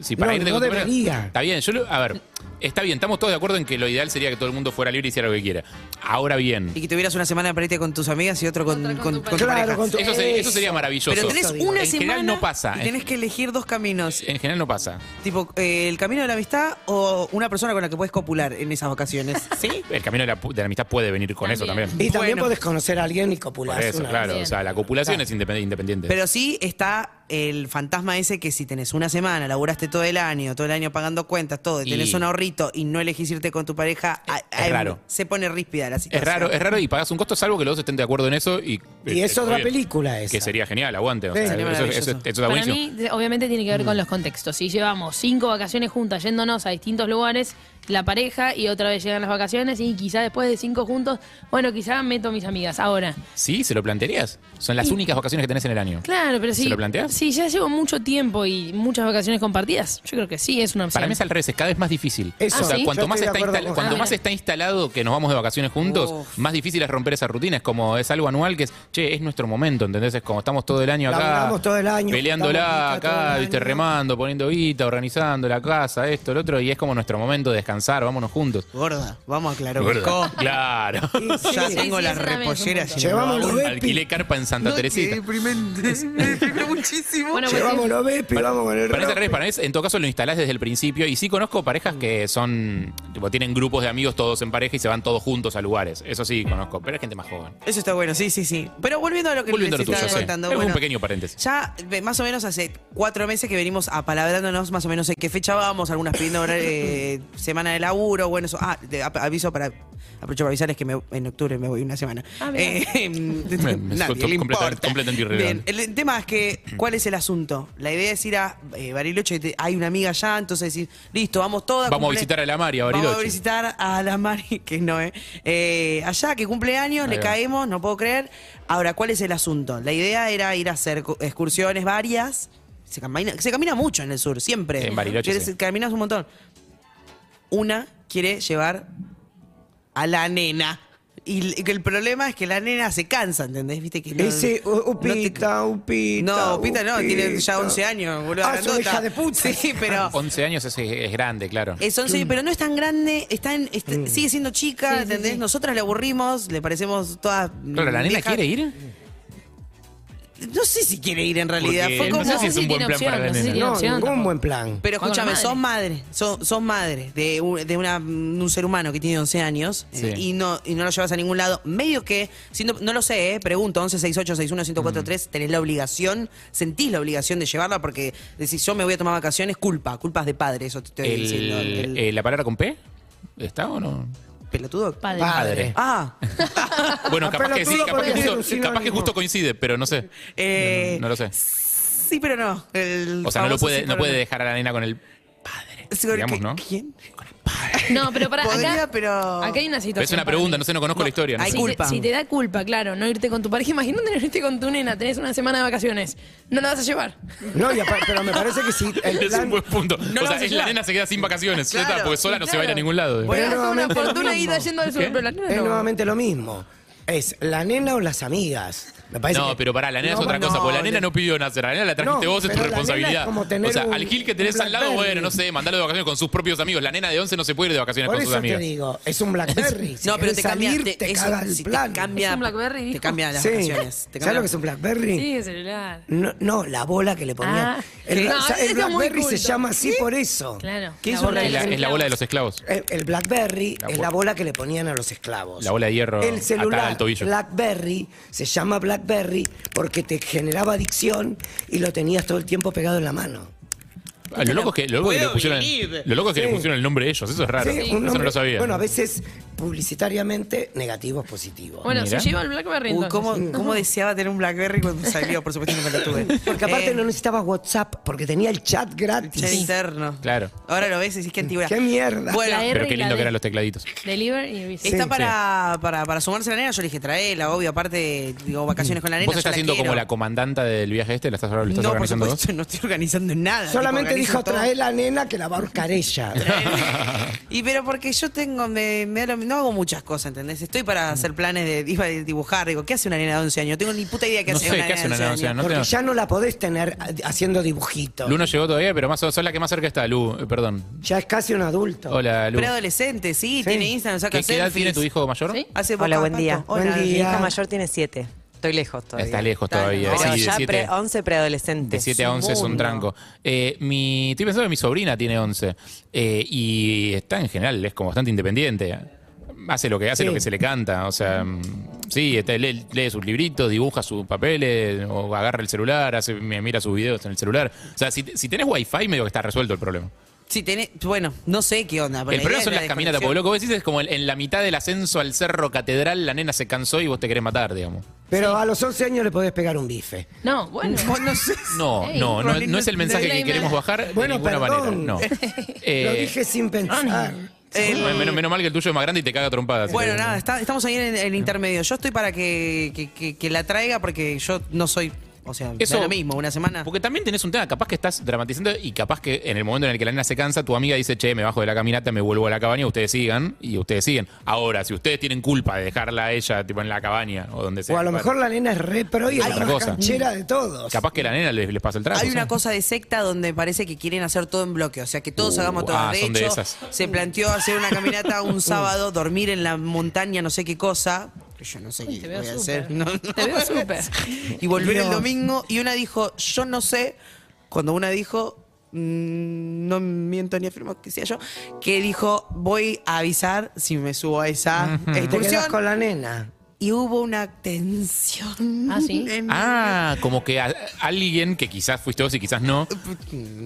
[SPEAKER 9] Si para
[SPEAKER 4] No,
[SPEAKER 9] irte
[SPEAKER 4] no
[SPEAKER 9] con tu pareja-
[SPEAKER 4] debería.
[SPEAKER 9] Está bien, yo lo- a ver, está bien, estamos todos de acuerdo en que lo ideal sería que todo el mundo fuera libre y hiciera lo que quiera. Ahora bien,
[SPEAKER 5] Y que tuvieras una semana para irte con tus amigas y otro con,
[SPEAKER 11] Otra
[SPEAKER 5] con,
[SPEAKER 11] con tu
[SPEAKER 5] con tu
[SPEAKER 4] Claro,
[SPEAKER 5] pareja.
[SPEAKER 4] con tu-
[SPEAKER 9] eso, sería, eso sería maravilloso.
[SPEAKER 5] Pero tenés
[SPEAKER 4] digo.
[SPEAKER 5] una
[SPEAKER 9] en
[SPEAKER 5] semana
[SPEAKER 9] general no pasa.
[SPEAKER 5] y tenés que elegir dos caminos.
[SPEAKER 9] En general no pasa.
[SPEAKER 5] Tipo, eh, el camino de la amistad o una persona con la que puedes copular en esas vacaciones. ¿Sí?
[SPEAKER 9] El camino de la, pu- de la amistad puede venir con eso
[SPEAKER 11] También.
[SPEAKER 9] también.
[SPEAKER 4] y también
[SPEAKER 5] bueno.
[SPEAKER 4] podés conocer a alguien y copular.
[SPEAKER 9] Por eso, claro.
[SPEAKER 11] vez.
[SPEAKER 9] O sea, la copulación
[SPEAKER 4] Claro.
[SPEAKER 9] es independ- independiente.
[SPEAKER 5] Pero sí está el fantasma ese que si tenés una semana, laburaste todo el año, todo el año pagando cuentas, todo, y
[SPEAKER 9] Y- Eh,
[SPEAKER 5] tenés un ahorrito y no elegís irte con tu pareja, a-
[SPEAKER 9] Es
[SPEAKER 5] a-
[SPEAKER 9] raro.
[SPEAKER 5] se pone ríspida la
[SPEAKER 9] es
[SPEAKER 5] situación.
[SPEAKER 9] raro, es raro y pagas un costo, salvo que los dos estén de acuerdo en eso. Y,
[SPEAKER 4] Y es
[SPEAKER 9] está
[SPEAKER 4] otra
[SPEAKER 9] bien.
[SPEAKER 4] película esa.
[SPEAKER 9] Que sería genial, aguante. o
[SPEAKER 4] Sí,
[SPEAKER 9] sea,
[SPEAKER 5] sería
[SPEAKER 9] eso, eso-
[SPEAKER 5] maravilloso.
[SPEAKER 9] eso está
[SPEAKER 11] Para
[SPEAKER 9] buenísimo.
[SPEAKER 11] mí, de- obviamente tiene que ver
[SPEAKER 4] Mm.
[SPEAKER 11] con los contextos. Si llevamos cinco vacaciones juntas yéndonos a distintos lugares, la pareja y otra vez llegan las vacaciones y quizá después de cinco juntos, bueno, quizá meto a mis amigas. Ahora,
[SPEAKER 9] Sí, se lo plantearías. Son las únicas vacaciones que tenés en el año.
[SPEAKER 11] claro, pero
[SPEAKER 9] ¿Se
[SPEAKER 11] si,
[SPEAKER 9] lo planteás?
[SPEAKER 11] si ya llevo mucho tiempo y muchas vacaciones compartidas, yo creo que sí es una opción.
[SPEAKER 9] Para mí es al revés, es cada vez más difícil.
[SPEAKER 4] Eso,
[SPEAKER 9] o sea,
[SPEAKER 11] ¿sí?
[SPEAKER 9] cuanto,
[SPEAKER 4] yo
[SPEAKER 9] más
[SPEAKER 4] estoy de
[SPEAKER 9] está,
[SPEAKER 4] acuerdo
[SPEAKER 9] instal-
[SPEAKER 4] con
[SPEAKER 9] cuanto
[SPEAKER 11] vos.
[SPEAKER 9] más está instalado que nos vamos de vacaciones juntos,
[SPEAKER 5] Uf.
[SPEAKER 9] más difícil es romper esa rutina. Es como es algo anual que es, che, es nuestro momento, ¿entendés? Es como estamos todo el año acá,
[SPEAKER 4] Laburamos todo el año,
[SPEAKER 9] peleándola
[SPEAKER 4] juntamos guita todo
[SPEAKER 9] acá,
[SPEAKER 4] el
[SPEAKER 9] viste,
[SPEAKER 4] año.
[SPEAKER 9] remando, poniendo guita, organizando la casa, esto, lo otro, y es como nuestro momento de descansar, vámonos juntos.
[SPEAKER 5] Gorda, vamos a aclarar.
[SPEAKER 9] Gorda. Claro.
[SPEAKER 4] Sí,
[SPEAKER 5] Ya
[SPEAKER 4] sí.
[SPEAKER 5] tengo
[SPEAKER 11] sí, eso también
[SPEAKER 5] las
[SPEAKER 11] es un
[SPEAKER 5] repolleras.
[SPEAKER 11] punto.
[SPEAKER 5] en el
[SPEAKER 4] Llevamos
[SPEAKER 5] baúl.
[SPEAKER 4] los Bepi.
[SPEAKER 9] Alquilé carpa en Santa
[SPEAKER 5] No,
[SPEAKER 9] Teresita.
[SPEAKER 5] qué deprimente. Me deprime muchísimo.
[SPEAKER 11] Bueno, pues,
[SPEAKER 4] Llevámonos, Bepi, vamos con el
[SPEAKER 9] Para ese
[SPEAKER 4] rock.
[SPEAKER 9] revés, para ese- en todo caso lo instalás desde el principio. Y sí conozco parejas que son. Tipo, tienen grupos de amigos todos en pareja y se van todos juntos a lugares. Eso sí conozco, pero es gente más joven.
[SPEAKER 5] Eso está bueno, sí, sí, sí. Pero volviendo a lo que
[SPEAKER 9] Volviendo a lo
[SPEAKER 5] les
[SPEAKER 9] tuyo,
[SPEAKER 5] estaba
[SPEAKER 9] sí.
[SPEAKER 5] contando.
[SPEAKER 9] Es un
[SPEAKER 5] bueno,
[SPEAKER 9] pequeño paréntesis.
[SPEAKER 5] Ya eh, más o menos hace cuatro meses que venimos apalabrándonos más o menos en qué fecha vamos, algunas pidiendo hora- eh, semana de laburo, bueno, eso. Ah, de- ap- aviso para... Aprovecho para avisarles que me- en octubre me voy una semana.
[SPEAKER 11] Ah, bien.
[SPEAKER 5] Eh, nadie
[SPEAKER 9] me
[SPEAKER 5] le
[SPEAKER 9] soltó
[SPEAKER 5] importa.
[SPEAKER 9] completamente- completamente
[SPEAKER 5] Bien,
[SPEAKER 9] irrelevante.
[SPEAKER 5] el, el tema es que, ¿cuál es el asunto? La idea es ir a eh, Bariloche, te- hay una amiga allá, entonces decir, listo, vamos todas.
[SPEAKER 9] Vamos a
[SPEAKER 5] cumple-
[SPEAKER 9] visitar a la Mari, a
[SPEAKER 5] Vamos a
[SPEAKER 9] Bariloche.
[SPEAKER 5] visitar a la Mari, que no es. Eh, allá, que cumple años,
[SPEAKER 9] Ahí
[SPEAKER 5] le
[SPEAKER 9] va.
[SPEAKER 5] caemos, no puedo creer. Ahora, ¿cuál es el asunto? La idea era ir a hacer cu- excursiones varias. Se camina, se camina mucho en el sur, siempre.
[SPEAKER 9] En Bariloche,
[SPEAKER 5] Quieres-
[SPEAKER 9] sí.
[SPEAKER 5] Caminas un montón. Una quiere llevar a la nena. Y l- que el problema es que la nena se cansa, ¿entendés? Viste que no-
[SPEAKER 4] Ese, u-
[SPEAKER 5] no te-
[SPEAKER 4] upita, upita.
[SPEAKER 5] no, Pita no, tiene ya 11 años, boludo.
[SPEAKER 4] Ah, es una hija de puta.
[SPEAKER 5] Sí, pero.
[SPEAKER 9] 11 años es, es grande, claro.
[SPEAKER 5] Es 11, Eh, pero no es tan grande, está en- est- sigue siendo chica,
[SPEAKER 11] Mm. Sí, sí,
[SPEAKER 5] ¿entendés?
[SPEAKER 11] sí.
[SPEAKER 5] Nosotras le aburrimos, le parecemos todas.
[SPEAKER 9] Claro, ¿la nena
[SPEAKER 5] viejas.
[SPEAKER 9] quiere ir?
[SPEAKER 5] No sé si quiere ir en realidad.
[SPEAKER 9] Porque
[SPEAKER 5] Fue
[SPEAKER 9] no
[SPEAKER 5] como.
[SPEAKER 9] sé si es
[SPEAKER 11] tiene
[SPEAKER 9] un buen plan
[SPEAKER 11] opción,
[SPEAKER 9] para la
[SPEAKER 11] no sé si
[SPEAKER 9] nena.
[SPEAKER 11] tiene
[SPEAKER 4] No,
[SPEAKER 11] opción
[SPEAKER 4] ningún
[SPEAKER 11] tampoco.
[SPEAKER 4] buen plan.
[SPEAKER 5] Pero
[SPEAKER 11] Vamos
[SPEAKER 5] escúchame,
[SPEAKER 11] con la
[SPEAKER 5] son madres, son, son madres de, un, de una, un ser humano que tiene 11 años eh,
[SPEAKER 9] Sí.
[SPEAKER 5] y, no, y no lo llevas a ningún lado. Medio que, siendo- no lo sé, eh, pregunto, 11, 6, 8, 6, 1, 104,
[SPEAKER 9] Mm.
[SPEAKER 5] 3, tenés la obligación, sentís la obligación de llevarla porque decís, yo me voy a tomar vacaciones, culpa, culpas de padre, eso te estoy
[SPEAKER 9] El-
[SPEAKER 5] diciendo. El,
[SPEAKER 9] eh, ¿La palabra con P? ¿Está o no?
[SPEAKER 5] pelotudo.
[SPEAKER 11] Padre.
[SPEAKER 4] Padre.
[SPEAKER 5] Ah,
[SPEAKER 9] Bueno, capaz que sí,
[SPEAKER 4] pelotudo
[SPEAKER 9] capaz que,
[SPEAKER 4] podría ser
[SPEAKER 9] justo,
[SPEAKER 4] un
[SPEAKER 9] capaz que
[SPEAKER 4] sinónimo.
[SPEAKER 9] justo coincide, pero no sé.
[SPEAKER 5] eh,
[SPEAKER 9] No, no lo sé.
[SPEAKER 5] Sí, pero no. El
[SPEAKER 9] O sea, no,
[SPEAKER 5] famoso
[SPEAKER 9] lo puede,
[SPEAKER 5] sí,
[SPEAKER 9] no
[SPEAKER 5] pero
[SPEAKER 9] puede dejar a la nena con el padre.
[SPEAKER 5] Sí, porque-
[SPEAKER 9] Digamos, ¿no?
[SPEAKER 5] ¿Quién?
[SPEAKER 11] No, pero para
[SPEAKER 5] Podría,
[SPEAKER 11] acá,
[SPEAKER 5] pero-
[SPEAKER 11] acá hay una situación.
[SPEAKER 9] Pero es una
[SPEAKER 11] para
[SPEAKER 9] pregunta,
[SPEAKER 11] mí.
[SPEAKER 9] no sé, no conozco la historia. no
[SPEAKER 5] hay
[SPEAKER 9] sé.
[SPEAKER 11] Si
[SPEAKER 5] culpa.
[SPEAKER 11] te, si te da culpa, claro, no irte con tu pareja. Imagínate no irte con tu nena, tenés una semana de vacaciones. No la vas a llevar.
[SPEAKER 4] No, y aparte, pero me parece que sí. El
[SPEAKER 9] Es un
[SPEAKER 4] plan,
[SPEAKER 9] buen punto.
[SPEAKER 5] lo
[SPEAKER 9] o sea,
[SPEAKER 5] vas a
[SPEAKER 9] es la
[SPEAKER 5] llevar.
[SPEAKER 9] nena se queda sin vacaciones. ya
[SPEAKER 5] Claro,
[SPEAKER 9] está, porque sola no se va a ir a
[SPEAKER 11] claro.
[SPEAKER 9] ningún lado.
[SPEAKER 4] Bueno,
[SPEAKER 11] Podrías hacer una
[SPEAKER 4] nuevamente lo
[SPEAKER 11] fortuna
[SPEAKER 4] mismo.
[SPEAKER 11] ida yendo al sur, pero la nena
[SPEAKER 4] es
[SPEAKER 11] no.
[SPEAKER 4] nuevamente lo mismo. Es la nena o las amigas. Me parece
[SPEAKER 9] no,
[SPEAKER 4] que-
[SPEAKER 9] pero pará, la nena
[SPEAKER 4] No,
[SPEAKER 9] es otra
[SPEAKER 4] no,
[SPEAKER 9] cosa, porque la
[SPEAKER 4] de-
[SPEAKER 9] nena no pidió nacer, la nena la trajiste
[SPEAKER 4] No,
[SPEAKER 9] vos, es tu
[SPEAKER 4] pero la nena es
[SPEAKER 9] responsabilidad.
[SPEAKER 4] como tener
[SPEAKER 9] o sea,
[SPEAKER 4] un-
[SPEAKER 9] al Gil que
[SPEAKER 4] un
[SPEAKER 9] tenés al lado,
[SPEAKER 4] Blackberry.
[SPEAKER 9] bueno, no sé, mandalo de vacaciones con sus propios amigos. La nena de 11 no se puede ir de vacaciones
[SPEAKER 4] Por
[SPEAKER 9] con sus
[SPEAKER 4] eso te
[SPEAKER 9] amigos.
[SPEAKER 4] digo, es un Blackberry. Si
[SPEAKER 5] no, pero
[SPEAKER 4] querés
[SPEAKER 5] te cambia.
[SPEAKER 4] salir,
[SPEAKER 5] te-
[SPEAKER 4] te
[SPEAKER 5] eso,
[SPEAKER 4] caga el
[SPEAKER 5] si te
[SPEAKER 4] plan.
[SPEAKER 5] cambia-
[SPEAKER 11] ¿Es un Blackberry,
[SPEAKER 5] Te
[SPEAKER 11] dijo?
[SPEAKER 5] cambia las
[SPEAKER 4] Sí.
[SPEAKER 5] vacaciones. Te
[SPEAKER 4] ¿Sabes
[SPEAKER 5] cambia-
[SPEAKER 4] lo que es un Blackberry?
[SPEAKER 11] Sí, el celular.
[SPEAKER 4] No, no, la bola que le ponían.
[SPEAKER 11] Ah.
[SPEAKER 4] el
[SPEAKER 11] No,
[SPEAKER 4] o sea,
[SPEAKER 11] ese
[SPEAKER 4] el
[SPEAKER 11] está muy
[SPEAKER 4] Blackberry se
[SPEAKER 11] culto.
[SPEAKER 4] llama así por eso.
[SPEAKER 11] Claro,
[SPEAKER 4] ¿Qué
[SPEAKER 11] la
[SPEAKER 4] hizo
[SPEAKER 11] bola
[SPEAKER 9] Es la,
[SPEAKER 4] el,
[SPEAKER 9] es la bola de los esclavos.
[SPEAKER 4] el Blackberry
[SPEAKER 9] La
[SPEAKER 4] es
[SPEAKER 9] bola.
[SPEAKER 4] la bola que le ponían a los esclavos.
[SPEAKER 9] La bola de hierro
[SPEAKER 4] El
[SPEAKER 9] atada
[SPEAKER 4] celular
[SPEAKER 9] al tobillo.
[SPEAKER 4] Blackberry se llama Blackberry porque te generaba adicción y lo tenías todo el tiempo pegado en la mano.
[SPEAKER 9] Ah, Lo loco es que, lo loco es que le
[SPEAKER 5] Puedo
[SPEAKER 9] pusieron,
[SPEAKER 5] vivir.
[SPEAKER 9] lo loco es que le
[SPEAKER 4] Sí.
[SPEAKER 9] pusieron el nombre de ellos, eso es raro.
[SPEAKER 4] Sí, un
[SPEAKER 9] Eso no
[SPEAKER 4] nombre-
[SPEAKER 9] lo sabía.
[SPEAKER 4] Bueno, a veces publicitariamente negativos, positivos.
[SPEAKER 11] Bueno,
[SPEAKER 9] Mira.
[SPEAKER 11] se lleva el Blackberry
[SPEAKER 5] Uy,
[SPEAKER 11] entonces.
[SPEAKER 5] Uh, ¿cómo, cómo deseaba tener un Blackberry cuando salió? Por supuesto que nunca lo tuve.
[SPEAKER 4] porque aparte
[SPEAKER 5] Eh,
[SPEAKER 4] no necesitabas WhatsApp porque tenía el chat gratis.
[SPEAKER 5] Che interno.
[SPEAKER 9] Claro.
[SPEAKER 5] Ahora lo ves y decís que antigüedad.
[SPEAKER 4] ¡Qué mierda!
[SPEAKER 5] Bueno,
[SPEAKER 11] La R
[SPEAKER 9] pero
[SPEAKER 11] y
[SPEAKER 9] qué
[SPEAKER 11] la
[SPEAKER 9] lindo
[SPEAKER 11] D.
[SPEAKER 9] que eran los tecladitos.
[SPEAKER 11] Deliver y Visa.
[SPEAKER 5] está para, para, para sumarse a la nena, yo le dije, traela, obvio, aparte, digo,
[SPEAKER 4] Mm.
[SPEAKER 5] vacaciones con la nena.
[SPEAKER 9] ¿Vos
[SPEAKER 5] yo
[SPEAKER 9] estás
[SPEAKER 5] la
[SPEAKER 9] siendo
[SPEAKER 5] quiero.
[SPEAKER 9] como la comandanta del viaje este? ¿La estás, lo estás
[SPEAKER 5] no, por
[SPEAKER 9] organizando vos?
[SPEAKER 5] supuesto, no estoy organizando nada.
[SPEAKER 4] Solamente
[SPEAKER 5] tipo,
[SPEAKER 4] dijo
[SPEAKER 5] organizo todo.
[SPEAKER 4] trae la nena que la va a ahorcar ella.
[SPEAKER 5] Y pero porque yo tengo, me, me da lo- no hago muchas cosas, ¿entendés? Estoy
[SPEAKER 4] Mm.
[SPEAKER 5] para hacer planes de, iba a dibujar, digo, ¿qué hace una nena de 11 años? No tengo ni puta idea qué
[SPEAKER 9] No
[SPEAKER 5] hace
[SPEAKER 9] sé,
[SPEAKER 5] una nena
[SPEAKER 9] ¿qué hace
[SPEAKER 5] de
[SPEAKER 9] una
[SPEAKER 5] 11
[SPEAKER 9] nena de 11
[SPEAKER 5] años.
[SPEAKER 9] años? No
[SPEAKER 4] Porque
[SPEAKER 9] tengo-
[SPEAKER 4] ya no la podés tener ah, haciendo dibujitos.
[SPEAKER 9] Lu no llegó todavía, pero más o menos la que más cerca está, Lu. eh, Perdón.
[SPEAKER 4] Ya es casi un adulto.
[SPEAKER 9] Hola, Lu.
[SPEAKER 5] Preadolescente, sí, tiene Instagram, saca
[SPEAKER 9] ¿Qué, qué edad
[SPEAKER 5] selfies.
[SPEAKER 9] tiene tu hijo mayor?
[SPEAKER 11] Sí.
[SPEAKER 5] Hace
[SPEAKER 8] Hola,
[SPEAKER 5] boca
[SPEAKER 8] buen
[SPEAKER 5] pato.
[SPEAKER 8] día.
[SPEAKER 5] Hola.
[SPEAKER 4] Buen
[SPEAKER 8] Mi
[SPEAKER 4] día.
[SPEAKER 8] hija mayor tiene siete. Estoy lejos todavía.
[SPEAKER 9] Está lejos
[SPEAKER 5] Está
[SPEAKER 9] todavía.
[SPEAKER 5] lejos.
[SPEAKER 8] Pero
[SPEAKER 9] Sí, de
[SPEAKER 8] ya pre-
[SPEAKER 9] siete-
[SPEAKER 8] 11 preadolescentes.
[SPEAKER 9] de 7 a 11 es un
[SPEAKER 8] Mundo.
[SPEAKER 9] tranco. Eh, mi, estoy pensando que mi sobrina tiene 11 eh, y está en general, es como bastante independiente. Hace lo que hace,
[SPEAKER 4] Sí.
[SPEAKER 9] lo que se le canta. O sea, mm, sí, está- lee, lee sus libritos, dibuja sus papeles, o agarra el celular, hace, me- mira sus videos en el celular. O sea, si, si tenés wifi, medio que está resuelto el problema.
[SPEAKER 5] Sí, tenés, bueno, no sé qué onda. pero
[SPEAKER 9] el
[SPEAKER 5] la
[SPEAKER 9] problema
[SPEAKER 5] idea
[SPEAKER 9] son
[SPEAKER 5] es la
[SPEAKER 9] las caminatas,
[SPEAKER 5] desconexión.
[SPEAKER 9] porque lo que vos decís es como en, en la mitad del ascenso al cerro catedral, la nena se cansó y vos te querés matar, digamos.
[SPEAKER 4] Pero a los 11 años le podés pegar un bife.
[SPEAKER 11] No, bueno.
[SPEAKER 5] Vos no sé.
[SPEAKER 9] No,
[SPEAKER 11] Ey,
[SPEAKER 9] no, no,
[SPEAKER 5] Rolín,
[SPEAKER 9] no es el
[SPEAKER 5] no-
[SPEAKER 9] mensaje que
[SPEAKER 11] disclaimer.
[SPEAKER 9] queremos bajar de
[SPEAKER 4] Bueno,
[SPEAKER 9] ninguna
[SPEAKER 4] perdón.
[SPEAKER 9] manera. No.
[SPEAKER 4] Lo
[SPEAKER 9] Eh,
[SPEAKER 4] dije sin
[SPEAKER 11] Ah,
[SPEAKER 4] pensar.
[SPEAKER 5] El-
[SPEAKER 9] Bueno, menos, menos mal que el tuyo es más grande y te caga trompadas.
[SPEAKER 5] Bueno, nada, está- estamos ahí en el, el intermedio. Yo estoy para que, que- que- que la traiga porque yo no soy. O sea, es
[SPEAKER 9] Eso-
[SPEAKER 5] lo mismo, una semana.
[SPEAKER 9] Porque también tenés un tema, capaz que estás dramatizando y capaz que en el momento en el que la nena se cansa, tu amiga dice, che, me bajo de la caminata, me vuelvo a la cabaña, ustedes sigan y ustedes siguen. Ahora, si ustedes tienen culpa de dejarla a ella tipo en la cabaña o donde sea.
[SPEAKER 4] O a lo
[SPEAKER 9] bueno,
[SPEAKER 4] mejor la nena es re pro y es
[SPEAKER 9] Otra
[SPEAKER 4] la más
[SPEAKER 9] cosa.
[SPEAKER 4] canchera de todos.
[SPEAKER 9] Capaz que la nena les, les pasa el trago.
[SPEAKER 5] Hay una
[SPEAKER 9] ¿sabes?
[SPEAKER 5] cosa de secta donde parece que quieren hacer todo en bloque, o sea, que todos
[SPEAKER 9] Uh,
[SPEAKER 5] hagamos todo.
[SPEAKER 9] ah,
[SPEAKER 5] de
[SPEAKER 9] son de
[SPEAKER 5] hecho,
[SPEAKER 9] esas. Uh.
[SPEAKER 5] se planteó hacer una caminata un sábado, dormir en la montaña, no sé qué cosa. que Yo no sé qué
[SPEAKER 11] te veo
[SPEAKER 5] voy a
[SPEAKER 11] súper.
[SPEAKER 5] hacer. No, no.
[SPEAKER 11] Te veo súper.
[SPEAKER 5] Y volver el
[SPEAKER 4] Dios.
[SPEAKER 5] domingo y una dijo, yo no sé, cuando una dijo, mm, no miento ni afirmo que sea yo, que dijo, voy a avisar si me subo a esa
[SPEAKER 4] te quedas
[SPEAKER 5] excursión.
[SPEAKER 4] con la nena.
[SPEAKER 5] Y hubo una tensión.
[SPEAKER 11] Ah, ¿sí?
[SPEAKER 5] en-
[SPEAKER 9] Ah, como que a- alguien, que quizás fuiste vos y quizás no,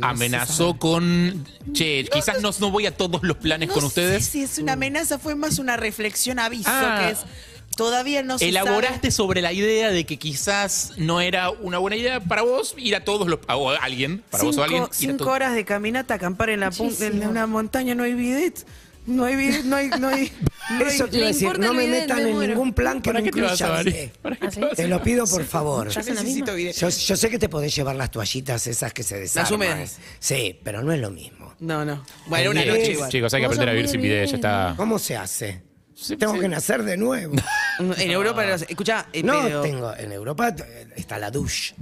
[SPEAKER 9] amenazó con, che, quizás no, no voy a todos los planes
[SPEAKER 5] No
[SPEAKER 9] con
[SPEAKER 5] sé
[SPEAKER 9] ustedes.
[SPEAKER 5] si es una amenaza, fue más una reflexión, aviso,
[SPEAKER 9] Ah.
[SPEAKER 5] que es, todavía no se
[SPEAKER 9] Elaboraste
[SPEAKER 5] sabe.
[SPEAKER 9] sobre la idea de que quizás no era una buena idea para vos ir a todos los. a- o a alguien, para vos o
[SPEAKER 5] cinco,
[SPEAKER 9] a alguien. ir a
[SPEAKER 5] cinco
[SPEAKER 9] to-
[SPEAKER 5] horas de caminata, acampar en la pun- en una montaña, no hay bidet, no hay bidet, no hay, no hay, no hay-
[SPEAKER 4] Eso te
[SPEAKER 11] Le
[SPEAKER 4] iba a decir,
[SPEAKER 11] importa
[SPEAKER 4] no
[SPEAKER 11] el
[SPEAKER 4] me
[SPEAKER 11] bidet,
[SPEAKER 4] metan
[SPEAKER 11] me
[SPEAKER 4] en
[SPEAKER 11] muero.
[SPEAKER 4] ningún plan que no
[SPEAKER 9] ¿Para qué te vas a
[SPEAKER 4] incluya
[SPEAKER 9] valer?
[SPEAKER 4] bidet.
[SPEAKER 9] ¿Para qué
[SPEAKER 11] ¿Ah, sí?
[SPEAKER 9] te vas a
[SPEAKER 4] Te lo pido, por favor.
[SPEAKER 11] ¿Hacen la misma?
[SPEAKER 5] bidet.
[SPEAKER 4] Yo, yo sé que te podés llevar las toallitas esas que se desarman.
[SPEAKER 5] húmedas.
[SPEAKER 4] Sí, pero no es lo mismo.
[SPEAKER 5] No, no. Bueno, una
[SPEAKER 9] Bien,
[SPEAKER 5] noche igual.
[SPEAKER 9] Chicos, hay que
[SPEAKER 11] Vos
[SPEAKER 9] aprender a
[SPEAKER 11] sos
[SPEAKER 9] vivir
[SPEAKER 11] muy
[SPEAKER 9] sin bidet, ya
[SPEAKER 11] bien.
[SPEAKER 9] está.
[SPEAKER 4] ¿Cómo se hace? Tengo que nacer de nuevo.
[SPEAKER 5] En Europa, los- escuchá, eh,
[SPEAKER 4] no,
[SPEAKER 5] pero-
[SPEAKER 4] tengo. En Europa eh, está la douche.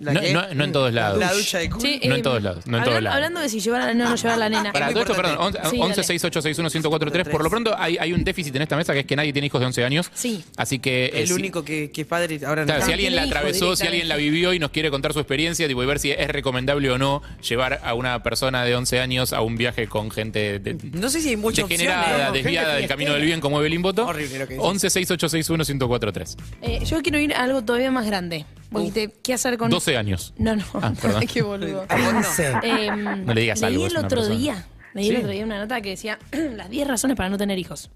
[SPEAKER 5] ¿la
[SPEAKER 9] No,
[SPEAKER 5] qué?
[SPEAKER 9] no- no en todos lados.
[SPEAKER 5] La ducha de culo.
[SPEAKER 9] No en todos lados, no en todos
[SPEAKER 11] eh, hablan-
[SPEAKER 9] lados.
[SPEAKER 11] Hablando de si llevar a la nena o no llevar a la nena. Eh,
[SPEAKER 9] Para todo esto, perdón,
[SPEAKER 5] importante.
[SPEAKER 9] 11
[SPEAKER 11] Sí,
[SPEAKER 9] 11
[SPEAKER 11] dale.
[SPEAKER 9] 6861 1043. Por lo pronto hay, hay un déficit en esta mesa que es que nadie tiene hijos de 11 años.
[SPEAKER 11] Sí.
[SPEAKER 9] Así que. eh,
[SPEAKER 5] El
[SPEAKER 9] si-
[SPEAKER 5] único que, que es padre ahora no
[SPEAKER 9] claro,
[SPEAKER 5] está.
[SPEAKER 9] si alguien la
[SPEAKER 11] tiene hijo
[SPEAKER 9] atravesó, si
[SPEAKER 11] directamente.
[SPEAKER 9] alguien la vivió y nos quiere contar su experiencia, tipo, y ver si es recomendable o no llevar a una persona de 11 años a un viaje con gente de,
[SPEAKER 5] No sé si hay muchas
[SPEAKER 9] degenerada,
[SPEAKER 5] opciones.
[SPEAKER 9] desviada del camino del bien como Evelyn Boto.
[SPEAKER 5] Horrible lo que dices.
[SPEAKER 9] 11 6861 1043.
[SPEAKER 11] Eh, yo quiero ir a algo todavía más grande. Porque te- ¿qué hacer con...?
[SPEAKER 9] 12 años.
[SPEAKER 11] No, no.
[SPEAKER 9] Ah, perdón.
[SPEAKER 11] Qué boludo.
[SPEAKER 4] No sé.
[SPEAKER 11] Eh,
[SPEAKER 9] No le digas
[SPEAKER 11] leí
[SPEAKER 9] algo, es
[SPEAKER 11] el
[SPEAKER 9] una
[SPEAKER 11] otro
[SPEAKER 9] persona.
[SPEAKER 11] día. Leí el
[SPEAKER 9] Sí.
[SPEAKER 11] otro día una nota que decía las 10 razones para no tener hijos.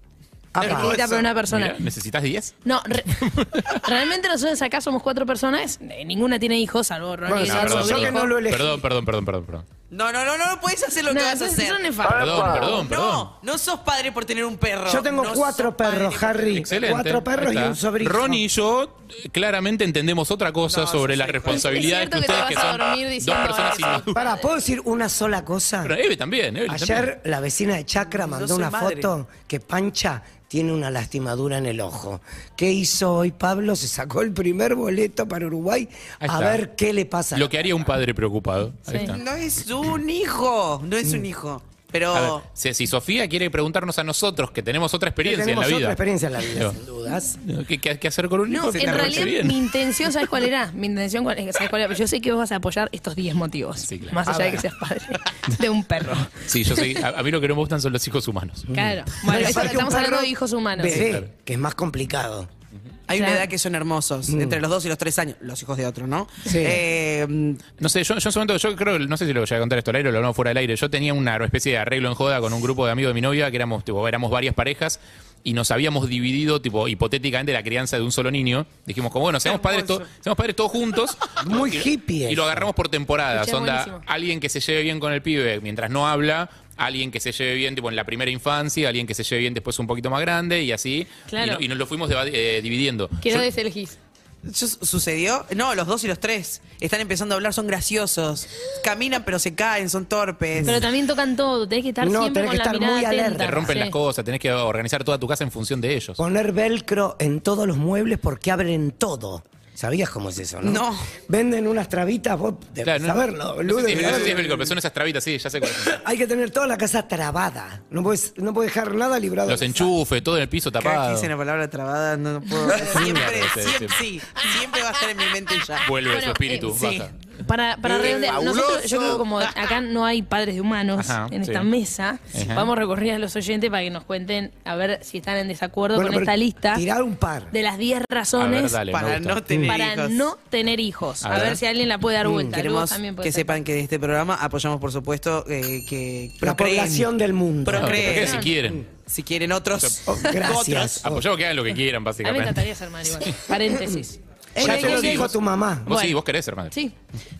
[SPEAKER 4] Apa.
[SPEAKER 11] Escrita por una persona.
[SPEAKER 9] Mirá, ¿Necesitas 10?
[SPEAKER 11] No, re- realmente nosotros acá somos cuatro personas, eh, ninguna tiene hijos, salvo Ronnie.
[SPEAKER 4] Bueno,
[SPEAKER 11] que
[SPEAKER 4] No,
[SPEAKER 11] es
[SPEAKER 4] salvo
[SPEAKER 11] un
[SPEAKER 4] yo que
[SPEAKER 11] hijo.
[SPEAKER 4] no lo elegí.
[SPEAKER 9] Perdón, perdón, perdón, perdón. Perdón,
[SPEAKER 5] No, no, no, no, no puedes hacer lo
[SPEAKER 11] No,
[SPEAKER 5] que vas a
[SPEAKER 11] son-
[SPEAKER 5] hacer.
[SPEAKER 11] son nefastos.
[SPEAKER 9] Ah, perdón, perdón. perdón.
[SPEAKER 5] No, no sos padre por tener un perro.
[SPEAKER 4] Yo tengo
[SPEAKER 5] No
[SPEAKER 4] cuatro
[SPEAKER 5] sos padre
[SPEAKER 4] perros,
[SPEAKER 5] por-
[SPEAKER 4] Harry.
[SPEAKER 9] Excelente.
[SPEAKER 4] Cuatro perros
[SPEAKER 9] Ahí
[SPEAKER 4] y
[SPEAKER 9] está.
[SPEAKER 4] un sobrino.
[SPEAKER 9] Ronnie y yo eh, claramente entendemos otra cosa
[SPEAKER 5] No,
[SPEAKER 9] sobre
[SPEAKER 5] yo
[SPEAKER 9] las
[SPEAKER 5] soy-
[SPEAKER 11] Es
[SPEAKER 9] responsabilidades que
[SPEAKER 11] cierto que
[SPEAKER 9] ustedes
[SPEAKER 11] te
[SPEAKER 9] que
[SPEAKER 11] vas a
[SPEAKER 9] son
[SPEAKER 11] dormir
[SPEAKER 9] dos
[SPEAKER 11] diciendo
[SPEAKER 9] personas
[SPEAKER 11] eso.
[SPEAKER 9] inmaduras.
[SPEAKER 4] Pará, ¿puedo decir una sola cosa?
[SPEAKER 9] Pero Eve también, Eve también.
[SPEAKER 4] Ayer la vecina de Chacra mandó
[SPEAKER 5] soy
[SPEAKER 4] una
[SPEAKER 5] madre.
[SPEAKER 4] foto que Pancha tiene una lastimadura en el ojo. ¿Qué hizo hoy Pablo? Se sacó el primer boleto para Uruguay
[SPEAKER 9] Ahí
[SPEAKER 4] a
[SPEAKER 9] está.
[SPEAKER 4] ver qué le pasa.
[SPEAKER 9] Lo que haría un padre preocupado. Ahí está.
[SPEAKER 5] No es un hijo, no es
[SPEAKER 4] Mm.
[SPEAKER 5] un hijo. Pero
[SPEAKER 9] A ver, si, si Sofía quiere preguntarnos a nosotros, que tenemos otra experiencia
[SPEAKER 4] tenemos
[SPEAKER 9] en la vida.
[SPEAKER 4] otra experiencia en la vida,
[SPEAKER 9] Digo,
[SPEAKER 4] sin dudas.
[SPEAKER 9] ¿Qué, qué- qué hacer con un hijo?
[SPEAKER 11] No,
[SPEAKER 9] que
[SPEAKER 11] en
[SPEAKER 9] te porte
[SPEAKER 11] realidad
[SPEAKER 9] bien?
[SPEAKER 11] mi intención, ¿sabes cuál era? Mi intención, cuál- ¿sabes cuál era? Pero yo sé que vos vas a apoyar estos 10 motivos.
[SPEAKER 9] Sí, claro.
[SPEAKER 11] Más
[SPEAKER 9] A
[SPEAKER 11] allá de
[SPEAKER 9] ver.
[SPEAKER 11] que seas padre de un perro.
[SPEAKER 9] Sí, yo sé. A, a mí lo que no me gustan son los hijos humanos.
[SPEAKER 11] Claro. Bueno, eso-
[SPEAKER 4] Aparte, un
[SPEAKER 11] estamos hablando
[SPEAKER 4] perro
[SPEAKER 11] de hijos humanos.
[SPEAKER 4] bebé, que es más complicado.
[SPEAKER 5] hay una
[SPEAKER 11] Claro.
[SPEAKER 5] edad que son hermosos,
[SPEAKER 4] Mm.
[SPEAKER 5] entre los dos y los tres años, los hijos de otro, ¿no?
[SPEAKER 4] Sí.
[SPEAKER 5] Eh,
[SPEAKER 9] No sé, yo, yo en su momento, yo creo, no sé si lo voy a contar esto al aire o lo hablamos fuera del aire. Yo tenía una especie de arreglo en joda con un grupo de amigos de mi novia, que éramos, tipo, éramos varias parejas. Y nos habíamos dividido, tipo, hipotéticamente, la crianza de un solo niño. Dijimos, como, bueno, seamos padres, to- seamos padres todos juntos.
[SPEAKER 4] Muy
[SPEAKER 9] Y-
[SPEAKER 4] hippie
[SPEAKER 9] Y
[SPEAKER 4] eso.
[SPEAKER 9] lo agarramos por temporadas.
[SPEAKER 11] Escuché,
[SPEAKER 9] Onda,
[SPEAKER 11] buenísimo.
[SPEAKER 9] alguien que se lleve bien con el pibe mientras no habla, alguien que se lleve bien, tipo, en la primera infancia, alguien que se lleve bien después un poquito más grande y así.
[SPEAKER 11] Claro.
[SPEAKER 9] Y, no- y nos lo fuimos deba- eh, dividiendo.
[SPEAKER 11] Quiero
[SPEAKER 9] Yo-
[SPEAKER 11] deselegir.
[SPEAKER 5] ¿Yo- ¿Sucedió? No, los dos y los tres. Están empezando a hablar, son graciosos. Caminan pero se caen, son torpes.
[SPEAKER 11] Pero también tocan todo, tenés que estar
[SPEAKER 4] No,
[SPEAKER 11] siempre
[SPEAKER 4] tenés
[SPEAKER 11] con
[SPEAKER 4] que
[SPEAKER 11] la
[SPEAKER 4] estar
[SPEAKER 11] mirada
[SPEAKER 4] muy
[SPEAKER 11] atenta.
[SPEAKER 4] alerta.
[SPEAKER 9] te rompen
[SPEAKER 11] Sí.
[SPEAKER 9] las cosas, tenés que organizar toda tu casa en función de ellos.
[SPEAKER 4] Poner velcro en todos los muebles porque abren todo. ¿Sabías cómo es eso, no?
[SPEAKER 5] No.
[SPEAKER 4] Venden unas trabitas, vos debes
[SPEAKER 9] Claro, no-
[SPEAKER 4] saberlo,
[SPEAKER 9] No
[SPEAKER 4] boludo,
[SPEAKER 9] sé si es- no sé si es
[SPEAKER 4] saberlo.
[SPEAKER 9] velcro, pero son esas trabitas, sí, ya sé cuál es.
[SPEAKER 4] Hay que tener toda la casa trabada. No puedes no podés dejar nada librado.
[SPEAKER 9] Los enchufes, todo en el piso
[SPEAKER 5] Cada que
[SPEAKER 9] tapado.
[SPEAKER 5] dice una palabra trabada, no, no puedo. Siempre,
[SPEAKER 9] Sí,
[SPEAKER 5] siempre, sí. Siempre va a estar en mi mente y ya.
[SPEAKER 9] Vuelve
[SPEAKER 11] Bueno,
[SPEAKER 9] su espíritu,
[SPEAKER 11] eh,
[SPEAKER 5] sí.
[SPEAKER 9] basta.
[SPEAKER 11] Para, para
[SPEAKER 5] Eh,
[SPEAKER 11] redondear,
[SPEAKER 5] fabuloso.
[SPEAKER 11] nosotros, yo creo que como acá no hay padres de humanos
[SPEAKER 9] Ajá,
[SPEAKER 11] en esta
[SPEAKER 9] sí.
[SPEAKER 11] mesa,
[SPEAKER 9] Ajá.
[SPEAKER 11] vamos a recorrer a los oyentes para que nos cuenten a ver si están en desacuerdo
[SPEAKER 4] Bueno,
[SPEAKER 11] con
[SPEAKER 4] pero
[SPEAKER 11] esta lista
[SPEAKER 4] Tirar un par.
[SPEAKER 11] de las 10
[SPEAKER 9] A ver,
[SPEAKER 11] razones
[SPEAKER 9] dale, me
[SPEAKER 5] para
[SPEAKER 9] gusta.
[SPEAKER 5] no tener
[SPEAKER 11] para
[SPEAKER 5] hijos.
[SPEAKER 11] no tener hijos.
[SPEAKER 9] A
[SPEAKER 11] A, ver.
[SPEAKER 9] ver.
[SPEAKER 11] si alguien la puede
[SPEAKER 4] Mm,
[SPEAKER 11] dar vuelta. Luego
[SPEAKER 5] Queremos
[SPEAKER 11] también puede
[SPEAKER 5] que
[SPEAKER 11] ser.
[SPEAKER 5] sepan que de este programa apoyamos, por supuesto, eh, que
[SPEAKER 4] la
[SPEAKER 5] procreen.
[SPEAKER 4] población del mundo.
[SPEAKER 9] No,
[SPEAKER 5] Procreen.
[SPEAKER 9] que si quieren.
[SPEAKER 5] Si quieren otros.
[SPEAKER 4] Oh, gracias. Oh,
[SPEAKER 9] Apoyamos que hagan lo que quieran,
[SPEAKER 11] A mí me encantaría
[SPEAKER 9] básicamente.
[SPEAKER 11] ser madre igual. Paréntesis.
[SPEAKER 4] ya
[SPEAKER 9] Eh,
[SPEAKER 4] te lo
[SPEAKER 9] eh,
[SPEAKER 4] dijo
[SPEAKER 9] eh,
[SPEAKER 4] tu mamá.
[SPEAKER 9] Vos sí,
[SPEAKER 11] Bueno.
[SPEAKER 9] vos querés ser madre.
[SPEAKER 11] Sí,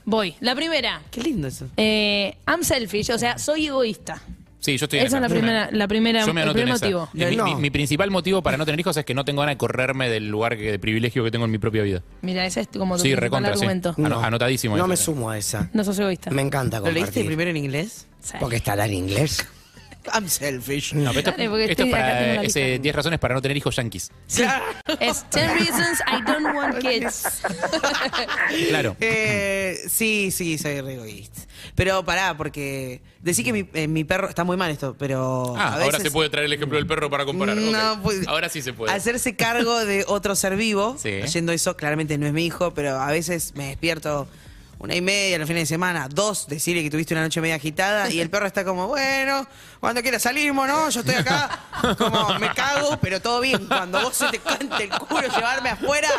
[SPEAKER 11] voy. La primera.
[SPEAKER 5] Qué lindo eso.
[SPEAKER 11] Eh, I'm selfish, o sea, soy egoísta.
[SPEAKER 9] Sí, yo estoy en
[SPEAKER 11] Esa es la
[SPEAKER 9] Yo me-
[SPEAKER 11] primera, la primera,
[SPEAKER 9] Yo me
[SPEAKER 11] el
[SPEAKER 9] anoto en
[SPEAKER 11] primer
[SPEAKER 9] esa.
[SPEAKER 11] motivo.
[SPEAKER 9] Mi- Mi,
[SPEAKER 4] No.
[SPEAKER 9] mi principal motivo para no tener hijos es que no tengo ganas de correrme del lugar que- de privilegio que tengo en mi propia vida.
[SPEAKER 11] Mira, ese es como tu
[SPEAKER 9] Sí,
[SPEAKER 11] principal
[SPEAKER 9] recontra, sí. Mm.
[SPEAKER 11] argumento.
[SPEAKER 9] Ano- Anotadísimo.
[SPEAKER 4] No
[SPEAKER 9] ese.
[SPEAKER 4] me sumo a esa.
[SPEAKER 11] No sos egoísta.
[SPEAKER 4] Me encanta
[SPEAKER 5] ¿Lo leíste
[SPEAKER 4] compartir.
[SPEAKER 5] primero en inglés?
[SPEAKER 11] Sí.
[SPEAKER 4] Porque estará en inglés.
[SPEAKER 5] I'm selfish.
[SPEAKER 9] No, pero esto,
[SPEAKER 11] Dale, porque
[SPEAKER 9] esto
[SPEAKER 11] estoy-
[SPEAKER 9] es
[SPEAKER 11] acá tengo
[SPEAKER 9] para
[SPEAKER 11] la lista.
[SPEAKER 9] ese 10 razones para no tener hijos yanquis.
[SPEAKER 11] Sí. Es 10 reasons I don't want kids.
[SPEAKER 9] Claro.
[SPEAKER 5] Eh, sí, sí, soy re egoísta. Pero pará, porque decí que mi, eh, mi perro está muy mal esto, pero. Oh,
[SPEAKER 9] Ah,
[SPEAKER 5] a
[SPEAKER 9] ahora
[SPEAKER 5] veces-
[SPEAKER 9] se puede traer el ejemplo del perro para comparar.
[SPEAKER 5] No,
[SPEAKER 9] ok.
[SPEAKER 5] pues-
[SPEAKER 9] ahora sí se puede.
[SPEAKER 5] Hacerse cargo de otro ser vivo.
[SPEAKER 9] Sí.
[SPEAKER 5] Yendo eso, claramente no es mi hijo, pero a veces me despierto una y media los fines de semana, dos, decirle que tuviste una noche media agitada y el perro está como, bueno, cuando quiera salimos, ¿no? Yo estoy acá, como me cago, pero todo bien. Cuando vos se te cante el culo llevarme afuera,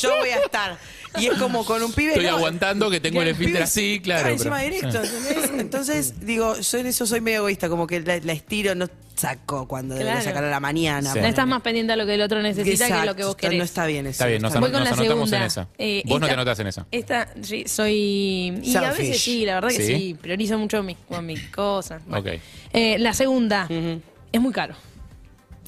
[SPEAKER 5] yo voy a estar. Y es como con un pibe.
[SPEAKER 9] Estoy
[SPEAKER 5] ¿no?
[SPEAKER 9] aguantando que tengo el esfínter
[SPEAKER 5] Pibes,
[SPEAKER 9] así, claro.
[SPEAKER 5] encima
[SPEAKER 9] pero-
[SPEAKER 5] directo,
[SPEAKER 9] Ah.
[SPEAKER 5] ¿entendés? Entonces, digo, yo en eso soy medio egoísta, como que la, la estiro, no saco cuando debería
[SPEAKER 11] Claro.
[SPEAKER 5] sacar a la mañana.
[SPEAKER 9] Sí.
[SPEAKER 11] No
[SPEAKER 5] ponele.
[SPEAKER 11] estás más pendiente a lo que el otro necesita que lo que
[SPEAKER 5] Exacto,
[SPEAKER 11] vos
[SPEAKER 5] está-
[SPEAKER 11] querés.
[SPEAKER 5] No está bien eso.
[SPEAKER 9] Está bien,
[SPEAKER 5] no
[SPEAKER 9] nos,
[SPEAKER 11] Voy
[SPEAKER 9] anot-
[SPEAKER 11] con
[SPEAKER 9] nos
[SPEAKER 11] la
[SPEAKER 9] anotamos
[SPEAKER 11] segunda.
[SPEAKER 9] en esa.
[SPEAKER 11] Eh,
[SPEAKER 9] Vos no
[SPEAKER 11] esta-
[SPEAKER 9] te anotás en esa.
[SPEAKER 11] Esta, sí, soy. Y a veces
[SPEAKER 4] Selfish.
[SPEAKER 11] sí, la verdad que
[SPEAKER 9] Sí.
[SPEAKER 11] sí. Priorizo mucho mis mi cosas. Bueno.
[SPEAKER 9] Ah, Ok.
[SPEAKER 11] Eh, la segunda, es muy caro.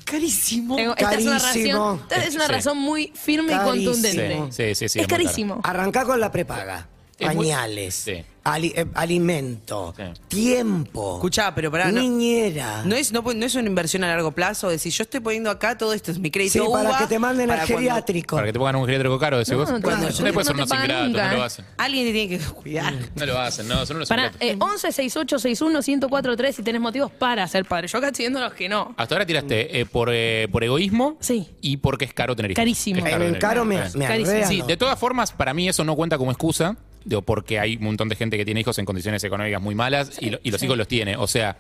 [SPEAKER 5] Carísimo.
[SPEAKER 11] Tengo- esta es una
[SPEAKER 4] Carísimo.
[SPEAKER 11] razón, esta es una
[SPEAKER 9] Sí.
[SPEAKER 11] razón muy firme y
[SPEAKER 4] Carísimo.
[SPEAKER 11] contundente.
[SPEAKER 9] Sí, sí, sí, sí,
[SPEAKER 11] Es
[SPEAKER 9] es muy
[SPEAKER 11] carísimo.
[SPEAKER 4] Arrancá con la prepaga.
[SPEAKER 9] Es muy-
[SPEAKER 4] Pañales.
[SPEAKER 9] Sí.
[SPEAKER 4] ali- eh, alimento.
[SPEAKER 9] Sí.
[SPEAKER 4] Tiempo.
[SPEAKER 5] Escuchá, pero pará, no-
[SPEAKER 4] Niñera.
[SPEAKER 5] No es, no, pu- no es una inversión a largo plazo, decir yo estoy poniendo acá todo esto, es mi crédito.
[SPEAKER 4] sí, para
[SPEAKER 5] UVA,
[SPEAKER 4] que te manden
[SPEAKER 5] para
[SPEAKER 4] al
[SPEAKER 5] cuando-
[SPEAKER 4] geriátrico.
[SPEAKER 9] Para que te pongan un geriátrico caro de ese vos.
[SPEAKER 11] claro.
[SPEAKER 9] Después son
[SPEAKER 11] No te
[SPEAKER 9] unos
[SPEAKER 11] pagan
[SPEAKER 9] ingratos,
[SPEAKER 11] nunca,
[SPEAKER 9] no lo
[SPEAKER 11] ¿eh?
[SPEAKER 9] hacen.
[SPEAKER 5] Alguien te tiene que cuidar.
[SPEAKER 9] No lo hacen, no, son unos
[SPEAKER 11] Para
[SPEAKER 9] ingratos.
[SPEAKER 11] eh, 11 68 61 1043 si tenés motivos para ser padre. Yo acá estoy viendo los que no.
[SPEAKER 9] Hasta ahora tiraste eh, por, eh, por egoísmo
[SPEAKER 11] Sí.
[SPEAKER 9] y porque es caro tener hijos.
[SPEAKER 11] Carísimo.
[SPEAKER 9] Es
[SPEAKER 11] En
[SPEAKER 4] En
[SPEAKER 9] tener
[SPEAKER 4] el caro
[SPEAKER 9] hijos.
[SPEAKER 4] me,
[SPEAKER 9] Sí.
[SPEAKER 4] me
[SPEAKER 11] Carísimo.
[SPEAKER 4] arrean.
[SPEAKER 9] Sí, de todas formas, para mí eso no cuenta como excusa, digo, porque hay un montón de gente que tiene hijos en condiciones económicas muy malas y, lo- y los hijos los tiene. O sea,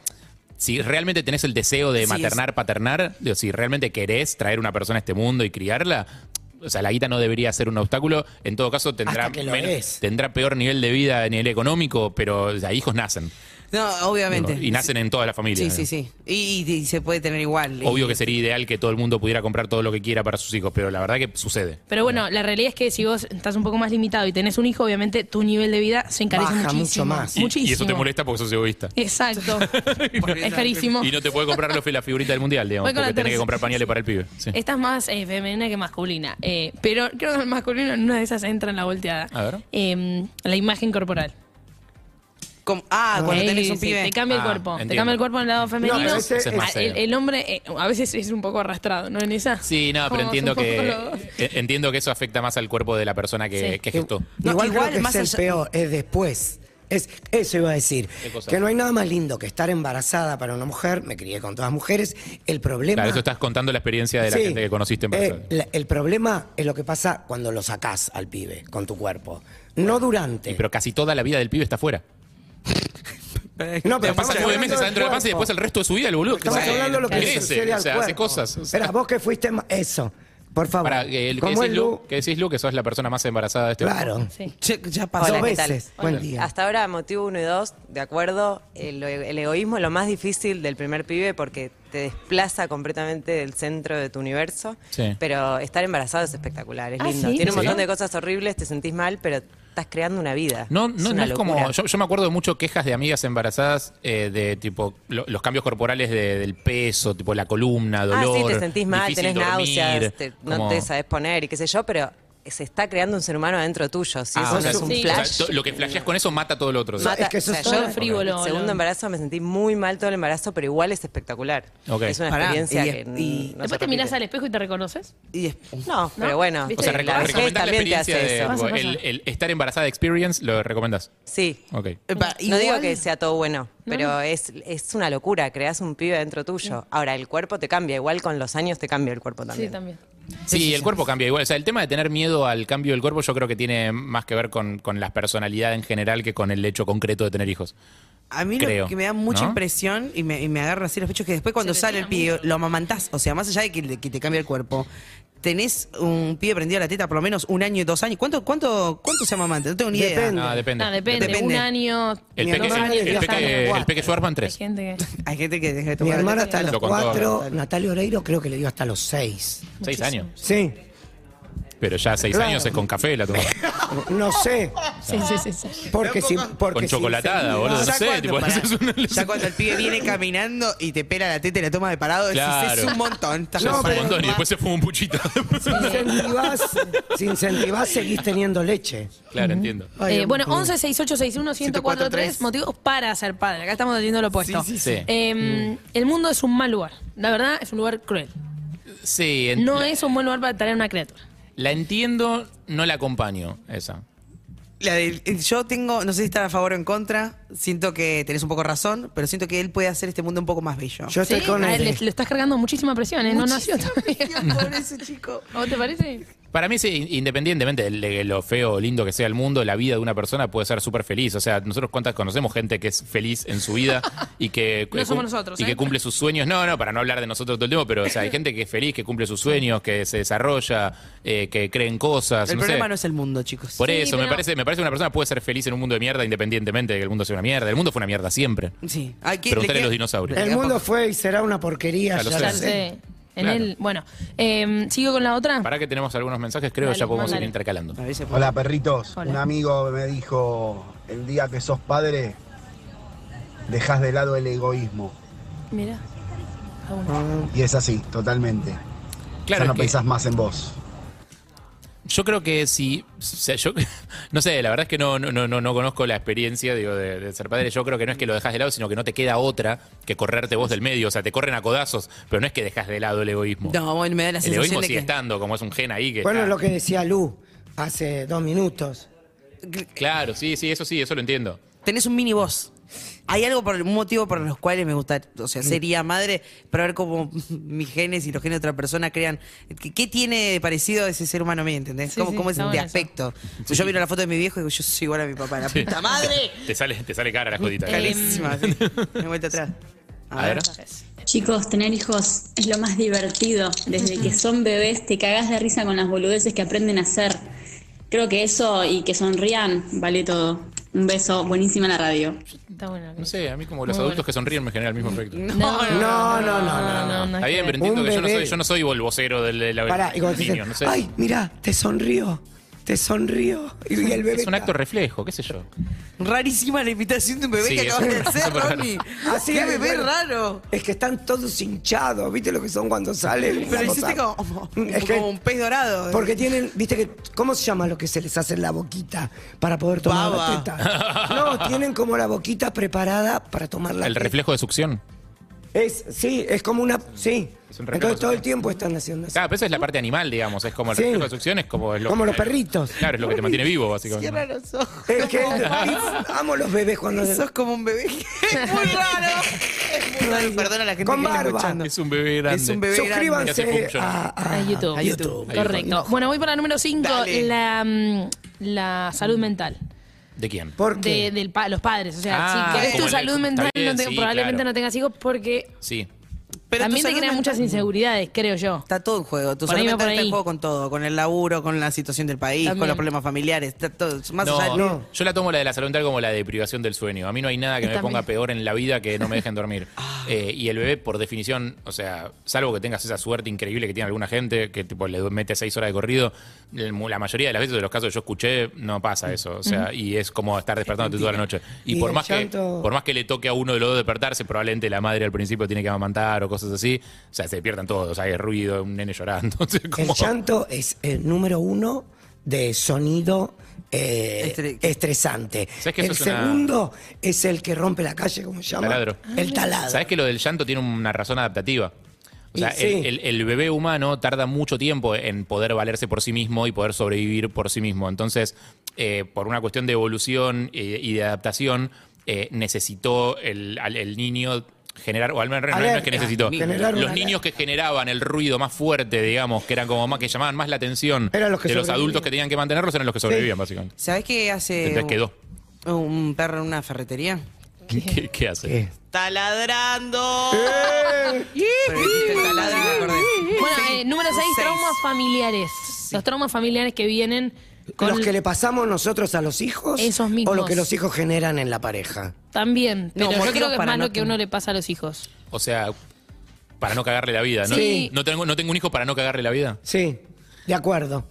[SPEAKER 9] si realmente tenés el deseo de
[SPEAKER 5] Sí,
[SPEAKER 9] maternar, paternar, digo, si realmente querés traer una persona a este mundo y criarla, o sea, la guita no debería ser un obstáculo. En todo caso, tendrá,
[SPEAKER 4] Hasta que lo
[SPEAKER 9] menos-
[SPEAKER 4] es.
[SPEAKER 9] tendrá peor nivel de vida a nivel económico, pero o sea, hijos nacen.
[SPEAKER 5] No, obviamente.
[SPEAKER 9] digo, y nacen en toda la familia.
[SPEAKER 5] Sí,
[SPEAKER 9] digo.
[SPEAKER 5] sí, sí. Y, y- y se puede tener igual.
[SPEAKER 9] Obvio que sería ideal que todo el mundo pudiera comprar todo lo que quiera para sus hijos, pero la verdad que sucede.
[SPEAKER 11] Pero bueno, la realidad es que si vos estás un poco más limitado y tenés un hijo, obviamente tu nivel de vida se encarece
[SPEAKER 4] Baja mucho
[SPEAKER 11] muchísimo.
[SPEAKER 4] más.
[SPEAKER 9] Y-
[SPEAKER 11] Muchísimo.
[SPEAKER 9] y eso te molesta porque sos egoísta.
[SPEAKER 11] Exacto. es carísimo.
[SPEAKER 9] Y no te puede comprar los- la figurita del mundial, digamos,
[SPEAKER 11] Voy con la
[SPEAKER 9] porque tenés que
[SPEAKER 11] tercera.
[SPEAKER 9] comprar pañales para el pibe. Sí.
[SPEAKER 11] Esta es más eh, femenina que masculina. eh, pero creo que el masculino en una de esas entra en Em, la volteada.
[SPEAKER 9] A ver.
[SPEAKER 11] Eh, la imagen corporal.
[SPEAKER 5] Como- ah, cuando
[SPEAKER 11] Ey,
[SPEAKER 5] tenés un
[SPEAKER 11] sí,
[SPEAKER 5] pibe.
[SPEAKER 11] Te cambia el
[SPEAKER 9] Ah,
[SPEAKER 11] cuerpo. Te
[SPEAKER 9] entiendo.
[SPEAKER 11] cambia el cuerpo en el lado femenino.
[SPEAKER 9] pero ese- ese es más
[SPEAKER 11] Ah,
[SPEAKER 9] serio.
[SPEAKER 11] el, el hombre eh, a veces es un poco arrastrado, ¿no? En esa.
[SPEAKER 9] Sí, no,
[SPEAKER 11] Como
[SPEAKER 9] pero entiendo
[SPEAKER 11] un poco
[SPEAKER 9] que
[SPEAKER 11] lo-
[SPEAKER 9] eh, entiendo que eso afecta más al cuerpo de la persona que,
[SPEAKER 11] Sí.
[SPEAKER 9] que gestó.
[SPEAKER 5] No,
[SPEAKER 4] igual,
[SPEAKER 5] igual,
[SPEAKER 4] creo que
[SPEAKER 5] más
[SPEAKER 4] es
[SPEAKER 5] allá-
[SPEAKER 4] el peor, es después. Es, eso iba a decir.
[SPEAKER 9] ¿Qué cosa?
[SPEAKER 4] Que no hay nada más lindo que estar embarazada para una mujer. Me crié con todas mujeres. El problema.
[SPEAKER 9] Claro, eso estás contando la experiencia de la
[SPEAKER 4] Sí.
[SPEAKER 9] gente que conociste en persona.
[SPEAKER 4] Eh, la- el problema es lo que pasa cuando lo sacás al pibe con tu cuerpo. No durante.
[SPEAKER 9] Y pero casi toda la vida del pibe está afuera.
[SPEAKER 4] no,
[SPEAKER 9] Pero
[SPEAKER 4] estamos
[SPEAKER 9] pasa nueve
[SPEAKER 4] hablando
[SPEAKER 9] meses
[SPEAKER 4] del
[SPEAKER 9] adentro de la panza y
[SPEAKER 4] cuerpo.
[SPEAKER 9] después el resto de su vida el boludo.
[SPEAKER 4] Estamos
[SPEAKER 9] crece,
[SPEAKER 4] hablando de lo que le
[SPEAKER 9] crece,
[SPEAKER 4] sucede al
[SPEAKER 9] o sea, hace
[SPEAKER 4] cuerpo.
[SPEAKER 9] cosas. o sea,
[SPEAKER 4] Espera, vos que fuiste. ma- Eso, por favor.
[SPEAKER 9] Para que, el que
[SPEAKER 4] Como
[SPEAKER 9] decís,
[SPEAKER 4] el
[SPEAKER 9] Lu,
[SPEAKER 4] Lu-
[SPEAKER 9] que decís Lu, que sos la persona más embarazada de este
[SPEAKER 4] Claro.
[SPEAKER 11] Sí.
[SPEAKER 5] Che, ya pasó.
[SPEAKER 4] Dos
[SPEAKER 8] Hola, ¿qué tal?
[SPEAKER 4] veces. Buen día.
[SPEAKER 8] Hasta ahora, motivo uno y dos, de acuerdo, el, el egoísmo es lo más difícil del primer pibe porque te desplaza completamente del centro de tu universo.
[SPEAKER 9] Sí.
[SPEAKER 8] Pero estar embarazado es espectacular, es
[SPEAKER 11] Ah,
[SPEAKER 8] lindo.
[SPEAKER 11] ¿sí?
[SPEAKER 8] Tiene un
[SPEAKER 9] Sí.
[SPEAKER 8] montón de cosas horribles, te sentís mal, pero estás creando una vida.
[SPEAKER 9] No, no,
[SPEAKER 8] una
[SPEAKER 9] no es como.
[SPEAKER 8] locura.
[SPEAKER 9] Yo, yo me acuerdo de mucho quejas de amigas embarazadas eh, de tipo lo- los cambios corporales de- del peso, tipo la columna,
[SPEAKER 8] Ah,
[SPEAKER 9] dolor.
[SPEAKER 8] sí, te sentís mal, tenés
[SPEAKER 9] difícil dormir,
[SPEAKER 8] náuseas, te- no
[SPEAKER 9] como-
[SPEAKER 8] te sabes poner y qué sé yo, pero se está creando un ser humano adentro tuyo. Si
[SPEAKER 9] Ah,
[SPEAKER 8] eso
[SPEAKER 9] o sea,
[SPEAKER 8] no es un
[SPEAKER 11] sí.
[SPEAKER 9] o sea,
[SPEAKER 8] flash.
[SPEAKER 9] to- lo que flasheas con eso mata todo lo otro.
[SPEAKER 8] Mata-
[SPEAKER 4] es que eso
[SPEAKER 8] o sea,
[SPEAKER 4] es
[SPEAKER 8] yo
[SPEAKER 4] todo
[SPEAKER 8] el
[SPEAKER 11] frívolo,
[SPEAKER 8] segundo
[SPEAKER 11] lo-
[SPEAKER 8] embarazo me sentí muy mal todo el embarazo, pero igual es espectacular.
[SPEAKER 9] Ok.
[SPEAKER 8] Es una
[SPEAKER 5] Pará,
[SPEAKER 8] experiencia
[SPEAKER 5] y-
[SPEAKER 8] que n-
[SPEAKER 5] y-
[SPEAKER 8] no se
[SPEAKER 11] Después te mirás
[SPEAKER 8] repite.
[SPEAKER 11] al espejo y te reconoces.
[SPEAKER 5] Y es-
[SPEAKER 8] No, pero bueno,
[SPEAKER 11] ¿Viste?
[SPEAKER 9] o sea,
[SPEAKER 8] la
[SPEAKER 9] reco-
[SPEAKER 8] vejez
[SPEAKER 9] recomendás la
[SPEAKER 8] también te hace
[SPEAKER 9] experiencia de
[SPEAKER 8] eso.
[SPEAKER 11] Pasa,
[SPEAKER 9] tipo, El,
[SPEAKER 11] pasa.
[SPEAKER 9] el estar embarazada experience, lo recomendás.
[SPEAKER 8] Sí.
[SPEAKER 9] Ok.
[SPEAKER 5] eh, pa-
[SPEAKER 8] No
[SPEAKER 5] igual-
[SPEAKER 8] digo que sea todo bueno, pero
[SPEAKER 11] no.
[SPEAKER 8] Es, es una locura, creas un pibe dentro tuyo. Ahora, el cuerpo te cambia, igual con los años te cambia el cuerpo también.
[SPEAKER 11] Sí, también.
[SPEAKER 9] Sí, el cuerpo cambia igual. O sea, el tema de tener miedo al cambio del cuerpo, yo creo que tiene más que ver con, con la personalidad en general que con el hecho concreto de tener hijos.
[SPEAKER 5] A mí lo
[SPEAKER 9] Creo,
[SPEAKER 5] que me da mucha
[SPEAKER 9] ¿no?
[SPEAKER 5] impresión y me, y me agarra así los pechos que después cuando
[SPEAKER 11] te
[SPEAKER 5] sale el
[SPEAKER 11] tira
[SPEAKER 5] pibe lo amamantás. O sea, más allá de que, que te cambia el cuerpo, tenés un pibe prendido a la teta por lo menos un año y dos años. ¿Cuánto, cuánto, cuánto se amamanta? No tengo ni idea.
[SPEAKER 4] Depende.
[SPEAKER 9] Ah, depende.
[SPEAKER 11] No, depende.
[SPEAKER 5] Depende.
[SPEAKER 11] Un año.
[SPEAKER 9] El
[SPEAKER 4] Mi
[SPEAKER 9] peque,
[SPEAKER 4] hermana
[SPEAKER 9] el,
[SPEAKER 4] es
[SPEAKER 9] el
[SPEAKER 4] de
[SPEAKER 9] peque,
[SPEAKER 4] Guatemala.
[SPEAKER 9] el peque Schwarzman,
[SPEAKER 11] Hay
[SPEAKER 9] tres.
[SPEAKER 11] gente que.
[SPEAKER 5] Hay gente que deja de
[SPEAKER 4] Mi
[SPEAKER 5] tocar la
[SPEAKER 4] hermana
[SPEAKER 5] teta.
[SPEAKER 4] hasta los
[SPEAKER 9] Lo contó.
[SPEAKER 4] cuatro. Natalia Oreiro creo que le dio hasta los seis.
[SPEAKER 9] Seis años.
[SPEAKER 4] Sí.
[SPEAKER 9] Pero ya seis
[SPEAKER 4] Claro.
[SPEAKER 9] años es con café la toma.
[SPEAKER 4] No sé.
[SPEAKER 11] Sí, sí, sí. sí.
[SPEAKER 4] Porque si. Porque
[SPEAKER 9] Con
[SPEAKER 4] si-
[SPEAKER 9] chocolatada, boludo. No
[SPEAKER 5] Ya
[SPEAKER 9] sé,
[SPEAKER 5] cuando-
[SPEAKER 9] tipo,
[SPEAKER 5] pará,
[SPEAKER 9] eso es una lesión.
[SPEAKER 5] ya cuando el pibe viene caminando y te pela la teta y la toma de parado, eso es,
[SPEAKER 9] Claro.
[SPEAKER 5] un montón. Estás
[SPEAKER 9] Ya
[SPEAKER 4] No,
[SPEAKER 9] es un
[SPEAKER 5] como-
[SPEAKER 4] pero-
[SPEAKER 9] montón, y después se fuma un puchito.
[SPEAKER 4] Si incentivás, si incentivás, seguís teniendo leche.
[SPEAKER 9] claro, entiendo.
[SPEAKER 4] Ay,
[SPEAKER 11] Eh, bueno,
[SPEAKER 4] Dios mío.
[SPEAKER 11] 11 6861 1043 motivos para ser padre. Acá estamos haciendo lo opuesto.
[SPEAKER 9] Sí, sí, sí.
[SPEAKER 11] Em,
[SPEAKER 4] Mm.
[SPEAKER 11] El mundo es un mal lugar. La verdad, es un lugar cruel.
[SPEAKER 9] Sí, en-
[SPEAKER 11] No es un buen lugar para tener una criatura.
[SPEAKER 9] la entiendo, no la acompaño, esa.
[SPEAKER 5] La del- eh, yo tengo, no sé si estar a favor o en contra, siento que tenés un poco razón, pero siento que él puede hacer este mundo un poco más bello.
[SPEAKER 4] Yo estoy
[SPEAKER 11] Sí,
[SPEAKER 4] con
[SPEAKER 11] a
[SPEAKER 4] él.
[SPEAKER 11] él le, le estás cargando muchísima presión, ¿eh? No nació todavía.
[SPEAKER 5] Pobre ese chico.
[SPEAKER 11] ¿O te parece?
[SPEAKER 9] Para mí, sí, independientemente de de lo feo o lindo que sea el mundo, la vida de una persona puede ser súper feliz. O sea, nosotros cuántas conocemos gente que es feliz en su vida y que,
[SPEAKER 11] No
[SPEAKER 9] eh,
[SPEAKER 11] somos
[SPEAKER 9] cum-
[SPEAKER 11] nosotros,
[SPEAKER 9] y
[SPEAKER 11] ¿eh?
[SPEAKER 9] que cumple sus sueños. No, no, para no hablar de nosotros todo el tiempo, pero o sea, hay gente que es feliz, que cumple sus sueños, que se desarrolla, eh, que cree en cosas.
[SPEAKER 5] El
[SPEAKER 9] no sé.
[SPEAKER 5] problema no es el mundo, chicos.
[SPEAKER 9] Por
[SPEAKER 11] Sí,
[SPEAKER 9] eso, me
[SPEAKER 11] pero-
[SPEAKER 9] parece, me parece que una persona puede ser feliz en un mundo de mierda independientemente de que el mundo sea una mierda. El mundo fue una mierda siempre.
[SPEAKER 5] Sí. Ay, ¿qué-
[SPEAKER 9] Preguntale
[SPEAKER 5] de qué-
[SPEAKER 9] a los dinosaurios.
[SPEAKER 5] de
[SPEAKER 4] El
[SPEAKER 5] qué
[SPEAKER 4] mundo
[SPEAKER 5] época?
[SPEAKER 4] fue y será una porquería.
[SPEAKER 9] Ya lo
[SPEAKER 4] ya
[SPEAKER 9] sé.
[SPEAKER 4] lo
[SPEAKER 11] Ya
[SPEAKER 9] Sí.
[SPEAKER 4] sé.
[SPEAKER 11] sé. En
[SPEAKER 9] Claro.
[SPEAKER 11] él. Bueno, em, sigo con la otra.
[SPEAKER 9] Para que tenemos algunos mensajes, creo
[SPEAKER 11] Dale,
[SPEAKER 9] ya podemos
[SPEAKER 11] mándale.
[SPEAKER 9] ir intercalando.
[SPEAKER 5] A veces-
[SPEAKER 12] Hola perritos,
[SPEAKER 11] Hola.
[SPEAKER 12] un amigo me dijo, el día que sos padre, dejas de lado el egoísmo.
[SPEAKER 11] Mira.
[SPEAKER 12] Y es así, totalmente.
[SPEAKER 9] Claro,
[SPEAKER 12] ya no
[SPEAKER 9] es que-
[SPEAKER 12] pensás más en vos.
[SPEAKER 9] Yo creo que si. o sea, yo, no sé, la verdad es que no, no, no, no, no conozco la experiencia digo, de, de ser padre. Yo creo que no es que lo dejas de lado, sino que no te queda otra que correrte vos del medio. O sea, te corren a codazos, pero no es que dejas de lado el egoísmo.
[SPEAKER 5] No, bueno, me da la
[SPEAKER 9] el egoísmo
[SPEAKER 5] sensación de
[SPEAKER 9] sigue
[SPEAKER 5] que...
[SPEAKER 9] estando, como es un gen ahí que.
[SPEAKER 4] Bueno,
[SPEAKER 9] está-
[SPEAKER 4] lo que decía Lu hace dos minutos.
[SPEAKER 9] Claro, sí, sí, eso sí, eso lo entiendo.
[SPEAKER 5] Tenés un mini voz. Hay algo por un motivo por los cuales me gusta, o sea, sería madre para ver cómo mis genes y los genes de otra persona crean. ¿Qué, qué tiene de parecido ese ser humano a mí, entendés?
[SPEAKER 11] Sí,
[SPEAKER 5] ¿Cómo,
[SPEAKER 11] sí,
[SPEAKER 5] cómo es
[SPEAKER 11] está
[SPEAKER 5] de
[SPEAKER 11] bueno eso.
[SPEAKER 5] aspecto? Si Yo miro la foto de mi viejo y digo, yo soy igual a mi papá, la puta madre.
[SPEAKER 9] Te sale, te sale cara la
[SPEAKER 11] Em,
[SPEAKER 5] Eh,
[SPEAKER 9] jodita.
[SPEAKER 5] Carísima, sí. Me he vuelto atrás.
[SPEAKER 9] A ver.
[SPEAKER 7] Chicos, tener hijos es lo más divertido. Desde que son bebés te cagás de risa con las boludeces que aprenden a hacer. Creo que eso y que sonrían vale todo. Un beso, buenísima la radio.
[SPEAKER 11] Está buena.
[SPEAKER 9] No sé, a mí como los
[SPEAKER 11] Muy
[SPEAKER 9] adultos que sonríen me genera el mismo efecto.
[SPEAKER 11] No,
[SPEAKER 4] No, no, no, no. no.
[SPEAKER 9] Está bien, pero
[SPEAKER 4] Un
[SPEAKER 9] entiendo que yo no
[SPEAKER 4] bebé-
[SPEAKER 9] soy, yo no soy el vocero del, del
[SPEAKER 4] Pará, y cuando te
[SPEAKER 9] niño,
[SPEAKER 4] dicen,
[SPEAKER 9] no sé.
[SPEAKER 4] ay, mira, te sonrío. te sonrío. Y el bebé
[SPEAKER 9] Es un acto reflejo, qué sé yo.
[SPEAKER 5] Rarísima la invitación de un bebé
[SPEAKER 9] Sí,
[SPEAKER 5] que
[SPEAKER 9] es
[SPEAKER 5] acabas de
[SPEAKER 9] un-
[SPEAKER 5] hacer, Ronnie.
[SPEAKER 4] Así
[SPEAKER 5] Qué
[SPEAKER 4] es,
[SPEAKER 5] bebé
[SPEAKER 4] bueno.
[SPEAKER 5] raro.
[SPEAKER 4] Es que están todos hinchados, ¿viste lo que son cuando salen?
[SPEAKER 5] Pero hiciste
[SPEAKER 4] Una cosa-
[SPEAKER 5] como,
[SPEAKER 4] Es que-
[SPEAKER 5] como un pez dorado.
[SPEAKER 4] Porque tienen, viste que, ¿cómo se llama lo que se les hace en la boquita para poder tomar
[SPEAKER 5] Baba.
[SPEAKER 4] la teta? No, tienen como la boquita preparada para tomar la
[SPEAKER 9] El
[SPEAKER 4] teta.
[SPEAKER 9] reflejo de succión.
[SPEAKER 4] Es, sí, es como una, sí.
[SPEAKER 9] Es un reflejo
[SPEAKER 4] Entonces todo
[SPEAKER 9] social.
[SPEAKER 4] el tiempo están haciendo eso.
[SPEAKER 9] Claro, pero esa es la parte animal, digamos. Es como el
[SPEAKER 4] Sí.
[SPEAKER 9] reflejo de succión, es como. es lo
[SPEAKER 4] Como
[SPEAKER 9] que-
[SPEAKER 4] los perritos.
[SPEAKER 9] Claro, es lo que te mantiene vivo, básicamente.
[SPEAKER 5] Cierra los ojos.
[SPEAKER 4] Es que amo los bebés cuando...
[SPEAKER 5] Sos como un bebé. Es muy raro. Es muy raro. Perdona a la gente
[SPEAKER 4] Con
[SPEAKER 5] que está
[SPEAKER 4] barba.
[SPEAKER 5] escuchando.
[SPEAKER 9] Es un bebé grande.
[SPEAKER 5] Es un bebé grande.
[SPEAKER 9] Que hace
[SPEAKER 4] Suscríbanse
[SPEAKER 9] function.
[SPEAKER 4] a, a-
[SPEAKER 11] A YouTube.
[SPEAKER 4] a YouTube.
[SPEAKER 11] Correcto. Bueno, voy para la número 5,
[SPEAKER 5] Dale.
[SPEAKER 11] la, mm, la salud mental.
[SPEAKER 9] ¿De quién?
[SPEAKER 4] ¿Por
[SPEAKER 11] De,
[SPEAKER 4] qué?
[SPEAKER 11] del pa- los padres. O sea,
[SPEAKER 9] Ah,
[SPEAKER 11] si querés tu
[SPEAKER 9] como el-
[SPEAKER 11] salud mental,
[SPEAKER 9] está
[SPEAKER 11] no
[SPEAKER 9] bien,
[SPEAKER 11] te-
[SPEAKER 9] sí,
[SPEAKER 11] probablemente
[SPEAKER 9] claro.
[SPEAKER 11] no tengas hijos porque
[SPEAKER 9] Sí.
[SPEAKER 5] Pero tu
[SPEAKER 11] también te
[SPEAKER 5] salud
[SPEAKER 11] crean
[SPEAKER 5] mental-
[SPEAKER 11] muchas inseguridades, creo yo.
[SPEAKER 5] Está todo en juego. Tu
[SPEAKER 11] Por ahí va,
[SPEAKER 5] salud mental
[SPEAKER 11] por
[SPEAKER 5] está en
[SPEAKER 11] ahí.
[SPEAKER 5] juego con todo. Con el laburo, con la situación del país, con
[SPEAKER 11] También.
[SPEAKER 5] los problemas familiares. Está todo. Más
[SPEAKER 9] No,
[SPEAKER 5] allá de...
[SPEAKER 4] no.
[SPEAKER 9] Yo la tomo la de la salud mental como la de privación del sueño. A mí no hay nada que me
[SPEAKER 11] También.
[SPEAKER 9] ponga peor en la vida que no me dejen dormir. Eh, y el bebé, por definición, o sea, salvo que tengas esa suerte increíble que tiene alguna gente, que tipo le mete seis horas de corrido, el- la mayoría de las veces de los casos que yo escuché, no
[SPEAKER 4] Mm.
[SPEAKER 9] pasa eso. O sea, y es como estar despertándote toda la noche. Y,
[SPEAKER 4] Y
[SPEAKER 9] por
[SPEAKER 4] el
[SPEAKER 9] más que,
[SPEAKER 4] llanto-
[SPEAKER 9] por más que le toque a uno de los dos despertarse, probablemente la madre al principio tiene que amamantar o cosas así. O sea, se despiertan todos, hay ruido, un nene llorando. o sea,
[SPEAKER 4] El
[SPEAKER 9] como-
[SPEAKER 4] llanto es el número uno de sonido eh,
[SPEAKER 5] Estre-
[SPEAKER 4] estresante.
[SPEAKER 9] ¿Sabes que eso
[SPEAKER 4] el
[SPEAKER 9] es una-
[SPEAKER 4] segundo es el que rompe la calle, como se llama.
[SPEAKER 9] Taladro.
[SPEAKER 11] Ah,
[SPEAKER 4] El taladro.
[SPEAKER 9] ¿Sabes que lo del llanto tiene una razón adaptativa? O
[SPEAKER 4] Y
[SPEAKER 9] sea,
[SPEAKER 4] sí.
[SPEAKER 9] el, el- el bebé humano tarda mucho tiempo en poder valerse por sí mismo y poder sobrevivir por sí mismo. Entonces, eh, por una cuestión de evolución eh, y de adaptación, eh, necesitó el, al- el niño generar, o al menos no, no es que
[SPEAKER 4] Alerta,
[SPEAKER 9] necesitó,
[SPEAKER 4] ah, generar una
[SPEAKER 9] los niños que generaban el ruido más fuerte, digamos, que eran como más, que llamaban más la atención
[SPEAKER 4] Eran los que
[SPEAKER 9] de los
[SPEAKER 4] sobrevivían.
[SPEAKER 9] adultos que tenían que mantenerlos, eran los que sobrevivían, básicamente.
[SPEAKER 5] ¿Sabés qué hace
[SPEAKER 9] Entonces quedó.
[SPEAKER 5] Un, un perro en una ferretería?
[SPEAKER 9] ¿Qué, qué hace?
[SPEAKER 4] ¿Qué?
[SPEAKER 5] ¡Está ladrando! Pero dijiste taladro y me acordé.
[SPEAKER 11] Bueno,
[SPEAKER 5] Sí,
[SPEAKER 11] eh, número 6,
[SPEAKER 5] seis.
[SPEAKER 11] traumas familiares. Los traumas familiares que vienen con...
[SPEAKER 4] ¿Los que le pasamos nosotros a los hijos?
[SPEAKER 11] Esos mismos.
[SPEAKER 4] ¿O lo que los hijos generan en la pareja?
[SPEAKER 11] También,
[SPEAKER 5] No,
[SPEAKER 11] pero yo
[SPEAKER 5] motivos
[SPEAKER 11] creo que es
[SPEAKER 5] para
[SPEAKER 11] más
[SPEAKER 5] no
[SPEAKER 11] lo que
[SPEAKER 5] tener.
[SPEAKER 11] uno le pasa a los hijos.
[SPEAKER 9] O sea, para no cagarle la vida, ¿no?
[SPEAKER 11] Sí.
[SPEAKER 9] ¿No, tengo, ¿No tengo un hijo para no cagarle la vida?
[SPEAKER 4] Sí, de acuerdo.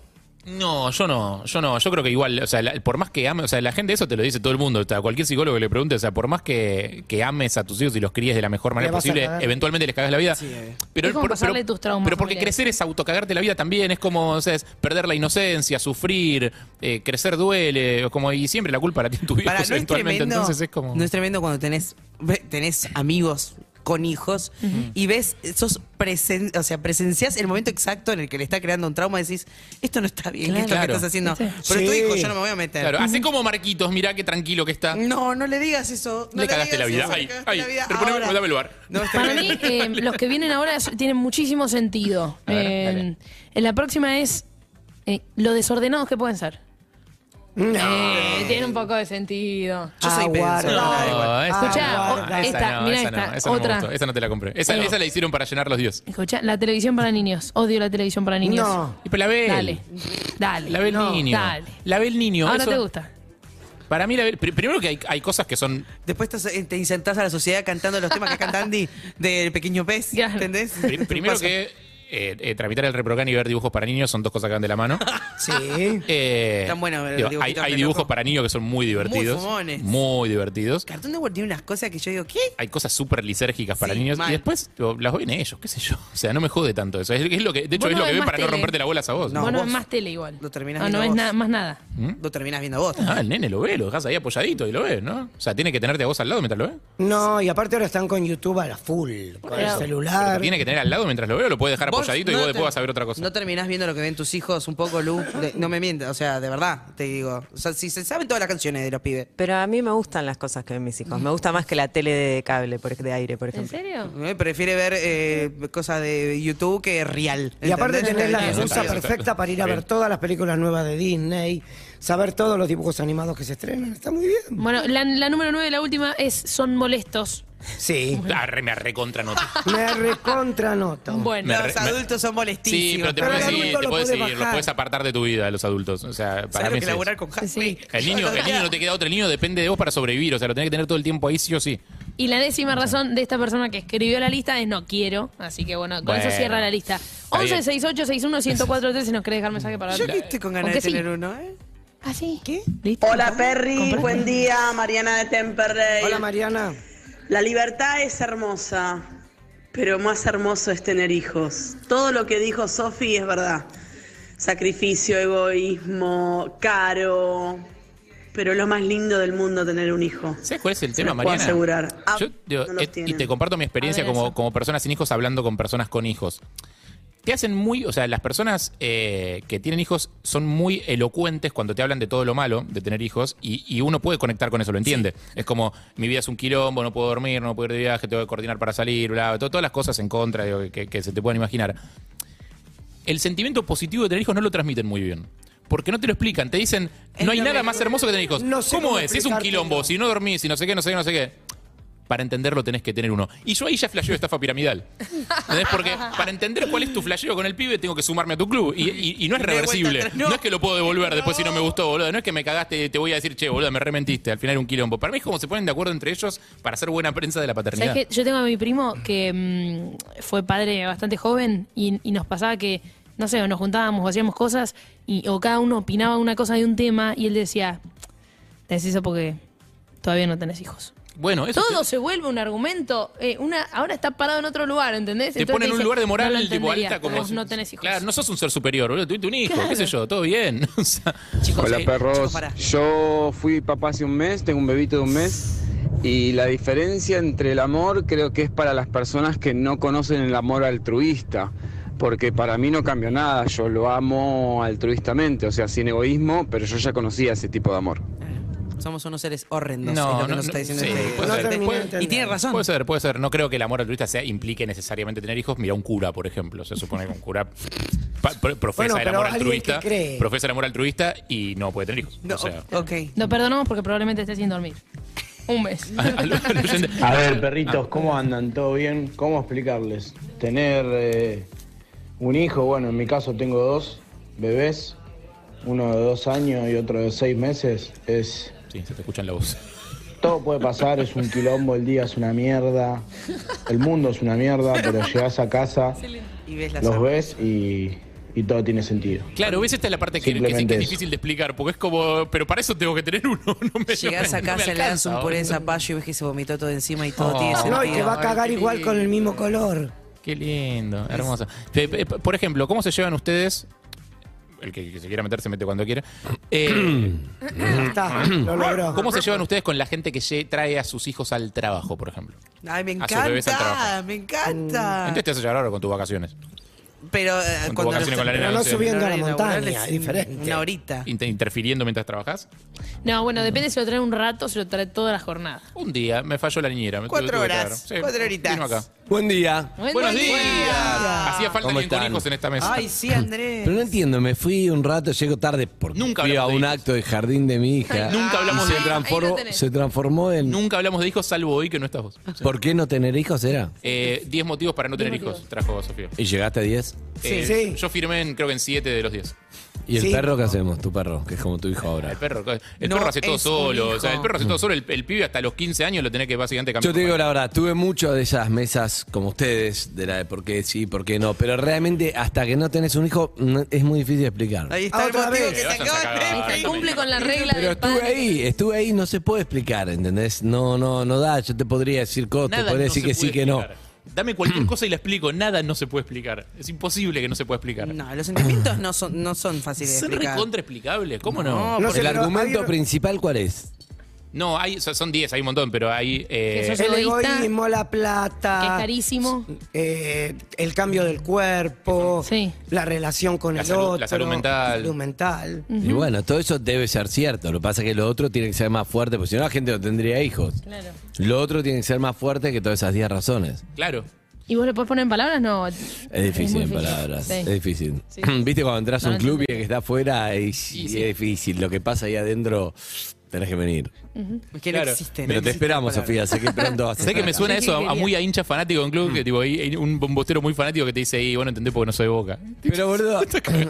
[SPEAKER 9] No, yo no, yo no, yo creo que igual, o sea, la- por más que ames, o sea, la gente eso te lo dice todo el mundo, o sea, cualquier psicólogo que le pregunte, o sea, por más que, que ames a tus hijos y los críes de la mejor manera
[SPEAKER 4] vas a
[SPEAKER 9] posible,
[SPEAKER 4] cagar.
[SPEAKER 9] eventualmente les cagas la vida.
[SPEAKER 5] eh.
[SPEAKER 9] Pero,
[SPEAKER 11] Es como pasarle tus traumas
[SPEAKER 9] pero porque
[SPEAKER 11] familiares.
[SPEAKER 9] crecer es autocagarte la vida también, es como, o sea, es perder la inocencia, sufrir, eh, crecer duele, como y siempre la culpa la tiene tu hijo
[SPEAKER 5] Pará, ¿no es
[SPEAKER 9] eventualmente,
[SPEAKER 5] tremendo?
[SPEAKER 9] entonces es como
[SPEAKER 5] No es tremendo cuando tenés, ve- tenés amigos con hijos y ves, sos presen, o sea, presenciás el momento exacto en el que le está creando un trauma y decís, esto no está bien,
[SPEAKER 9] Claro.
[SPEAKER 5] esto que
[SPEAKER 9] Claro.
[SPEAKER 5] estás haciendo. Pero
[SPEAKER 4] Sí.
[SPEAKER 5] tu hijo, yo no me voy a meter.
[SPEAKER 9] Claro, ah. así como Marquitos, mirá qué tranquilo que está.
[SPEAKER 5] No, no le digas eso. No
[SPEAKER 9] Le cagaste
[SPEAKER 5] digas
[SPEAKER 9] la vida.
[SPEAKER 5] eso, le
[SPEAKER 9] Ay,
[SPEAKER 5] cagaste
[SPEAKER 9] ay,
[SPEAKER 5] la vida
[SPEAKER 9] reponeme-
[SPEAKER 5] ahora.
[SPEAKER 9] dame el lugar.
[SPEAKER 5] No, está
[SPEAKER 11] Para mí,
[SPEAKER 5] bien.
[SPEAKER 11] eh, los que vienen ahora so- tienen muchísimo sentido.
[SPEAKER 9] A ver,
[SPEAKER 11] Eh,
[SPEAKER 9] dale.
[SPEAKER 11] en la próxima es eh, lo desordenados que pueden ser. Eh, tiene un poco de sentido.
[SPEAKER 5] Yo soy
[SPEAKER 4] Aguarda.
[SPEAKER 5] pensona,
[SPEAKER 9] Ah,
[SPEAKER 5] da igual.
[SPEAKER 11] Escuchá, o- esta, mirá
[SPEAKER 9] esa no,
[SPEAKER 11] esta,
[SPEAKER 9] esa no me
[SPEAKER 11] otra.
[SPEAKER 9] gustó, esa no te la compré. Esa,
[SPEAKER 11] No.
[SPEAKER 9] esa la hicieron para llenar los dios.
[SPEAKER 11] Escucha, la televisión para niños. Odio la televisión para niños.
[SPEAKER 4] No.
[SPEAKER 9] Y pero la ve. él.
[SPEAKER 11] Dale, dale.
[SPEAKER 9] La ve el
[SPEAKER 11] no,
[SPEAKER 9] niño.
[SPEAKER 11] Dale.
[SPEAKER 9] La ve el niño.
[SPEAKER 11] Ahora
[SPEAKER 9] eso-
[SPEAKER 11] te gusta.
[SPEAKER 9] Para mí, la ve- pri- primero que hay, hay cosas que son.
[SPEAKER 5] Después te, te insertás a la sociedad cantando los temas que canta Andy del pequeño pez,
[SPEAKER 11] Claro.
[SPEAKER 5] ¿entendés?
[SPEAKER 9] pri- primero
[SPEAKER 5] Pasa.
[SPEAKER 9] que eh, eh, tramitar el reprocan y ver dibujos para niños son dos cosas que van de la mano.
[SPEAKER 4] Sí.
[SPEAKER 9] Eh,
[SPEAKER 5] Están buenos los
[SPEAKER 9] digo, hay,
[SPEAKER 5] dibujitos
[SPEAKER 9] hay
[SPEAKER 5] re
[SPEAKER 9] dibujos
[SPEAKER 5] locos.
[SPEAKER 9] para niños que son muy divertidos.
[SPEAKER 5] fumones.
[SPEAKER 9] muy divertidos.
[SPEAKER 5] Cartoon Network tiene unas cosas que yo digo, ¿qué?
[SPEAKER 9] hay cosas súper lisérgicas para
[SPEAKER 5] Sí,
[SPEAKER 9] niños
[SPEAKER 5] mal.
[SPEAKER 9] y después tipo, las ven ellos, qué sé yo. O sea, no me jode tanto eso. Es, es lo que, de hecho,
[SPEAKER 11] Vos
[SPEAKER 9] es
[SPEAKER 11] no
[SPEAKER 9] lo que
[SPEAKER 11] ves
[SPEAKER 9] ve
[SPEAKER 11] más
[SPEAKER 9] para no
[SPEAKER 11] tele.
[SPEAKER 9] romperte la bola a vos.
[SPEAKER 5] No,
[SPEAKER 11] bueno,
[SPEAKER 5] vos
[SPEAKER 11] es más tele igual. Ah,
[SPEAKER 5] lo terminás
[SPEAKER 11] no, no
[SPEAKER 5] viendo
[SPEAKER 11] es
[SPEAKER 5] vos.
[SPEAKER 11] nada, más nada.
[SPEAKER 5] Lo terminás viendo vos.
[SPEAKER 9] ¿Mm? Ah, el nene lo ve, lo dejas ahí apoyadito y lo ves, ¿no? O sea, tiene que tenerte a vos al lado mientras lo ve.
[SPEAKER 4] No, y aparte ahora están con YouTube a la full, con el
[SPEAKER 11] Pero-
[SPEAKER 9] Pero te
[SPEAKER 4] celular.
[SPEAKER 9] tiene que tener al lado mientras lo veo, lo puedes dejar
[SPEAKER 5] Vos
[SPEAKER 9] apoyadito y
[SPEAKER 5] no
[SPEAKER 9] vos
[SPEAKER 5] te-
[SPEAKER 9] después vas a ver otra cosa.
[SPEAKER 5] No terminás viendo lo que ven tus hijos un poco, Lu. De- no me mientas, o sea, de verdad, te digo. O sea, si se saben todas las canciones de los pibes.
[SPEAKER 8] Pero a mí me gustan las cosas que ven mis hijos. Me gusta más que la tele de cable, por ej- de aire, por
[SPEAKER 11] ¿En
[SPEAKER 8] ejemplo.
[SPEAKER 11] serio?
[SPEAKER 5] Eh, Prefiere ver eh, cosas de YouTube que real.
[SPEAKER 4] Y aparte
[SPEAKER 5] ¿entendés?
[SPEAKER 4] tener la
[SPEAKER 9] Está bien,
[SPEAKER 4] excusa
[SPEAKER 9] está bien.
[SPEAKER 4] perfecta para ir a
[SPEAKER 9] Está
[SPEAKER 4] ver
[SPEAKER 9] bien.
[SPEAKER 4] todas las películas nuevas de Disney, saber todos los dibujos animados que se estrenan. Está muy bien.
[SPEAKER 11] Bueno, la, la número 9, la última, es son molestos.
[SPEAKER 4] Sí.
[SPEAKER 9] Ah, re- me recontra noto.
[SPEAKER 4] Me recontranoto.
[SPEAKER 11] Bueno.
[SPEAKER 9] Me re-
[SPEAKER 5] Los adultos son molestísimos.
[SPEAKER 9] Sí, pero te
[SPEAKER 4] Pero
[SPEAKER 9] puedes
[SPEAKER 4] el
[SPEAKER 9] ir,
[SPEAKER 4] adulto
[SPEAKER 9] te
[SPEAKER 4] lo
[SPEAKER 9] puedes
[SPEAKER 4] puede
[SPEAKER 9] ir, los
[SPEAKER 4] bajar.
[SPEAKER 9] puedes apartar de tu vida a los adultos. O sea,
[SPEAKER 5] ¿Sabes
[SPEAKER 9] para mí
[SPEAKER 5] lo
[SPEAKER 9] es
[SPEAKER 5] que
[SPEAKER 9] eso.
[SPEAKER 5] laburar con Hasbro?
[SPEAKER 11] Sí.
[SPEAKER 9] El niño, el niño lo tiene que quedar otro, el niño depende de vos para sobrevivir, o sea, lo tenés que tener todo el tiempo ahí sí o sí.
[SPEAKER 11] Y la décima razón de esta persona que escribió la lista es no quiero. Así que bueno, con eso
[SPEAKER 9] Bueno.
[SPEAKER 11] cierra la lista.
[SPEAKER 9] Está bien.
[SPEAKER 11] 11 68 61 1043 si nos querés dejar mensaje para
[SPEAKER 5] Yo que estoy con ganas de tener uno, ¿eh?
[SPEAKER 11] ¿Ah, sí? ¿Qué?
[SPEAKER 13] Hola Perry, buen día, Mariana de Temperley.
[SPEAKER 4] Hola, Mariana.
[SPEAKER 13] La libertad es hermosa, pero más hermoso es tener hijos. Todo lo que dijo Sofi es verdad. Sacrificio, egoísmo, caro, pero lo más lindo del mundo tener un hijo.
[SPEAKER 9] ¿Sabes cuál es el
[SPEAKER 13] Se
[SPEAKER 9] tema,
[SPEAKER 13] los puedo
[SPEAKER 9] Mariana?
[SPEAKER 13] asegurar. Ah,
[SPEAKER 9] Yo, digo,
[SPEAKER 13] los
[SPEAKER 9] et- y
[SPEAKER 13] tienen.
[SPEAKER 9] te comparto mi experiencia
[SPEAKER 13] A ver,
[SPEAKER 9] como,
[SPEAKER 13] eso.
[SPEAKER 9] como persona sin hijos hablando con personas con hijos. Te hacen muy, o sea, las personas eh, que tienen hijos son muy elocuentes cuando te hablan de todo lo malo de tener hijos y, y uno puede conectar con eso, lo entiende. Es como, mi vida es un quilombo, no puedo dormir, no puedo ir de viaje, tengo que coordinar para salir, bla, bla, to- todas las cosas en contra digo, que, que se te puedan imaginar. El sentimiento positivo de tener hijos no lo transmiten muy bien. Porque no te lo explican, te dicen, no hay
[SPEAKER 4] lo
[SPEAKER 9] nada
[SPEAKER 4] mejor.
[SPEAKER 9] más hermoso que tener hijos.
[SPEAKER 4] No sé
[SPEAKER 9] ¿Cómo,
[SPEAKER 4] cómo
[SPEAKER 9] es? Es un
[SPEAKER 4] explicártelo.
[SPEAKER 9] quilombo, si no dormís, si no sé qué, no sé qué, no sé qué para entenderlo tenés que tener uno. Y yo ahí ya flasheo estafa piramidal. ¿Entendés? Porque para entender cuál es tu flasheo con el pibe, tengo que sumarme a tu club. Y, y- y no es
[SPEAKER 10] Me doy
[SPEAKER 9] reversible.
[SPEAKER 10] vuelta atrás,
[SPEAKER 9] no. es que lo puedo devolver después si no me gustó, boludo. No es que me cagaste y te voy a decir, che, boludo, me rementiste. Al final era un quilombo. Para mí es como se ponen de acuerdo entre ellos para hacer buena prensa de la paternidad.
[SPEAKER 11] ¿Sabes que yo tengo a mi primo que mm, fue padre bastante joven y, y nos pasaba que, no sé, o nos juntábamos o hacíamos cosas y, o cada uno opinaba una cosa de un tema y él decía, te decís eso porque todavía no tenés hijos.
[SPEAKER 9] Bueno, eso.
[SPEAKER 11] Todo se vuelve un argumento, eh, una ahora está parado en otro lugar, ¿entendés?
[SPEAKER 9] Te, te
[SPEAKER 11] Entonces
[SPEAKER 9] ponen en un
[SPEAKER 11] dice,
[SPEAKER 9] lugar de moral
[SPEAKER 11] "No lo
[SPEAKER 9] tipo
[SPEAKER 11] entendería,
[SPEAKER 9] alta como.
[SPEAKER 11] vos no tenés hijos.
[SPEAKER 9] Claro, no sos un ser superior, boludo. Tuviste un hijo, qué sé yo, todo bien. O sea,
[SPEAKER 14] Hola
[SPEAKER 9] eh,
[SPEAKER 14] perros, yo fui papá hace un mes, tengo un bebito de un mes y la diferencia entre el amor creo que es para las personas que no conocen el amor altruista, porque para mí no cambió nada, yo lo amo altruistamente, o sea, sin egoísmo, pero yo ya conocía ese tipo de amor.
[SPEAKER 5] Somos unos seres horrendos.
[SPEAKER 9] No,
[SPEAKER 5] es lo que
[SPEAKER 9] no,
[SPEAKER 5] nos está
[SPEAKER 9] no,
[SPEAKER 5] diciendo
[SPEAKER 9] sí,
[SPEAKER 5] este-
[SPEAKER 9] puede No ser. terminé de
[SPEAKER 5] Puede- Y tiene razón.
[SPEAKER 9] Puede ser, puede ser. No creo que el amor altruista sea, implique necesariamente tener hijos. Mira, un cura, por ejemplo. Se supone que un cura pa- pro- profesa
[SPEAKER 11] Bueno,
[SPEAKER 9] el
[SPEAKER 11] pero
[SPEAKER 9] amor
[SPEAKER 11] alguien
[SPEAKER 9] altruista.
[SPEAKER 11] que cree.
[SPEAKER 9] Profesa el amor altruista y no puede tener hijos. o sea,
[SPEAKER 5] Ok.
[SPEAKER 11] Lo perdonamos porque probablemente esté sin dormir. Un mes.
[SPEAKER 15] A ver, perritos, ¿cómo andan? ¿Todo bien? ¿Cómo explicarles? Tener eh, un hijo, bueno, en mi caso tengo dos bebés, uno de dos años y otro de seis meses, es...
[SPEAKER 9] Sí, se te escuchan la voz.
[SPEAKER 15] Todo puede pasar, es un quilombo, el día es una mierda, el mundo es una mierda, pero llegas a casa,
[SPEAKER 5] Y ves la
[SPEAKER 15] los ves y, y todo tiene sentido.
[SPEAKER 9] Claro, ves, esta es la parte que, que sí que
[SPEAKER 15] Simplemente
[SPEAKER 9] es
[SPEAKER 15] eso.
[SPEAKER 9] difícil de explicar, porque es como, pero para eso tengo que tener uno. No me,
[SPEAKER 5] Llegás
[SPEAKER 9] no
[SPEAKER 5] a
[SPEAKER 9] me
[SPEAKER 5] casa, le das
[SPEAKER 9] alcanza,
[SPEAKER 5] un puré de
[SPEAKER 9] boludo.
[SPEAKER 5] zapallo y ves que se vomitó todo encima y todo
[SPEAKER 9] Oh.
[SPEAKER 5] tiene sentido.
[SPEAKER 4] No, y te va a cagar
[SPEAKER 5] Ay, qué
[SPEAKER 4] igual con el mismo color.
[SPEAKER 9] Qué lindo, hermoso. Pe- pe- Por ejemplo, ¿cómo se llevan ustedes? El que, que se quiera meter se mete cuando quiera. Eh,
[SPEAKER 4] Está, lo logró.
[SPEAKER 9] ¿Cómo se llevan ustedes con la gente que lle- trae a sus hijos al trabajo, por ejemplo?
[SPEAKER 5] Ay, me
[SPEAKER 9] A sus bebés Ah,
[SPEAKER 5] encanta,
[SPEAKER 9] al trabajo.
[SPEAKER 5] me
[SPEAKER 4] Mm.
[SPEAKER 5] encanta.
[SPEAKER 9] Entonces te hace llevar ahora con tus vacaciones.
[SPEAKER 5] Pero eh,
[SPEAKER 9] Con tu
[SPEAKER 5] cuando
[SPEAKER 9] vacaciones con la arena,
[SPEAKER 5] pero
[SPEAKER 9] no sé.
[SPEAKER 4] Subiendo a la
[SPEAKER 5] horario laboral
[SPEAKER 4] montaña,
[SPEAKER 5] es
[SPEAKER 4] diferente.
[SPEAKER 5] Una horita.
[SPEAKER 9] Inter- interfiriendo mientras trabajas.
[SPEAKER 11] No, bueno, depende si lo trae un rato, si lo trae toda la jornada.
[SPEAKER 9] Un día me falló la niñera. me
[SPEAKER 11] Cuatro
[SPEAKER 9] tuve que quedar.
[SPEAKER 11] horas, cuatro horitas.
[SPEAKER 9] vino acá.
[SPEAKER 16] Buen día.
[SPEAKER 11] Buen
[SPEAKER 9] Ah, Buenos
[SPEAKER 11] día.
[SPEAKER 9] días. Hacía falta
[SPEAKER 16] ¿Cómo
[SPEAKER 9] alguien con
[SPEAKER 16] están?
[SPEAKER 9] hijos en esta mesa.
[SPEAKER 5] Ay, sí, Andrés.
[SPEAKER 16] Pero no entiendo, me fui un rato, llego tarde porque
[SPEAKER 9] Nunca
[SPEAKER 16] fui a
[SPEAKER 9] hablamos de
[SPEAKER 16] un acto de jardín de mi hija.
[SPEAKER 9] Nunca hablamos
[SPEAKER 16] y
[SPEAKER 9] de-
[SPEAKER 16] se
[SPEAKER 9] Ahí lo
[SPEAKER 16] transformó,
[SPEAKER 9] tenés.
[SPEAKER 16] se transformó en
[SPEAKER 9] Nunca hablamos de hijos salvo hoy que no estás vos.
[SPEAKER 16] ¿Por qué no tener hijos era?
[SPEAKER 9] Eh, diez motivos para no tener hijos, trajo Sofía.
[SPEAKER 16] ¿Y llegaste a 10?
[SPEAKER 9] Eh, Yo firmé en, creo que en siete de los diez.
[SPEAKER 16] ¿Y el
[SPEAKER 9] Sí.
[SPEAKER 16] perro qué hacemos? Tu perro, que es como tu hijo ahora.
[SPEAKER 9] El perro, el
[SPEAKER 16] No
[SPEAKER 9] perro hace todo
[SPEAKER 16] es un
[SPEAKER 9] solo.
[SPEAKER 16] hijo.
[SPEAKER 9] O sea, el perro hace todo solo. El, el pibe hasta los 15 años lo tenés que básicamente cambiar.
[SPEAKER 16] Yo te digo la verdad, tuve mucho de esas mesas como ustedes, de la de por qué sí, por qué no, pero realmente hasta que no tenés un hijo no- es muy difícil explicar.
[SPEAKER 5] Ahí está el
[SPEAKER 11] otra
[SPEAKER 5] motivo
[SPEAKER 11] vez.
[SPEAKER 5] que
[SPEAKER 11] Te
[SPEAKER 5] se
[SPEAKER 11] vas
[SPEAKER 5] acaba
[SPEAKER 9] a
[SPEAKER 5] de
[SPEAKER 9] sacar.
[SPEAKER 5] decir.
[SPEAKER 11] Cumple con la regla
[SPEAKER 16] Pero
[SPEAKER 11] del
[SPEAKER 16] estuve ahí,
[SPEAKER 9] este,
[SPEAKER 16] estuve ahí, no se puede explicar, ¿entendés? No, no, no da, yo te podría decir cosas, te
[SPEAKER 9] Nada
[SPEAKER 16] podría
[SPEAKER 9] no
[SPEAKER 16] decir
[SPEAKER 9] se
[SPEAKER 16] que
[SPEAKER 9] puede
[SPEAKER 16] sí, que no.
[SPEAKER 9] explicar. Dame cualquier cosa y la explico. Nada no se puede explicar. Es imposible que no se pueda explicar.
[SPEAKER 5] No, los sentimientos no son, no son fáciles de
[SPEAKER 9] Son
[SPEAKER 5] explicar.
[SPEAKER 9] recontraexplicables, ¿cómo no?
[SPEAKER 16] el argumento principal, ¿cuál es?
[SPEAKER 9] No, hay, so- son 10, hay un montón, pero hay. eh,
[SPEAKER 4] el egoísmo, la plata.
[SPEAKER 11] Que es carísimo.
[SPEAKER 4] eh, el cambio del cuerpo. La relación con
[SPEAKER 16] La
[SPEAKER 4] el
[SPEAKER 16] salud-
[SPEAKER 4] otro.
[SPEAKER 16] la salud mental.
[SPEAKER 4] la salud mental.
[SPEAKER 16] Y bueno, todo eso debe ser cierto. Lo que pasa es que lo otro tiene que ser más fuerte, porque si no la gente no tendría hijos.
[SPEAKER 11] Claro.
[SPEAKER 16] Lo otro tiene que ser más fuerte que todas esas 10 razones.
[SPEAKER 9] Claro.
[SPEAKER 11] ¿Y vos lo podés poner en palabras? No.
[SPEAKER 16] Es difícil en palabras.
[SPEAKER 11] Sí.
[SPEAKER 16] Es difícil.
[SPEAKER 11] Sí.
[SPEAKER 16] Viste cuando entras a
[SPEAKER 11] No,
[SPEAKER 16] un club y el que está afuera y, y
[SPEAKER 11] sí.
[SPEAKER 16] es difícil. Lo que pasa ahí adentro Tenés que venir.
[SPEAKER 5] Es que no
[SPEAKER 16] Claro.
[SPEAKER 5] existen.
[SPEAKER 16] Pero te esperamos, Sofía. Sé que pronto vas a
[SPEAKER 9] Sé que
[SPEAKER 16] estar
[SPEAKER 9] me
[SPEAKER 16] acá.
[SPEAKER 9] suena eso a, a muy a hincha fanático de un club, que tipo, ahí hay un bombostero muy fanático que te dice, y bueno, entendés porque no soy de boca.
[SPEAKER 16] Pero boludo,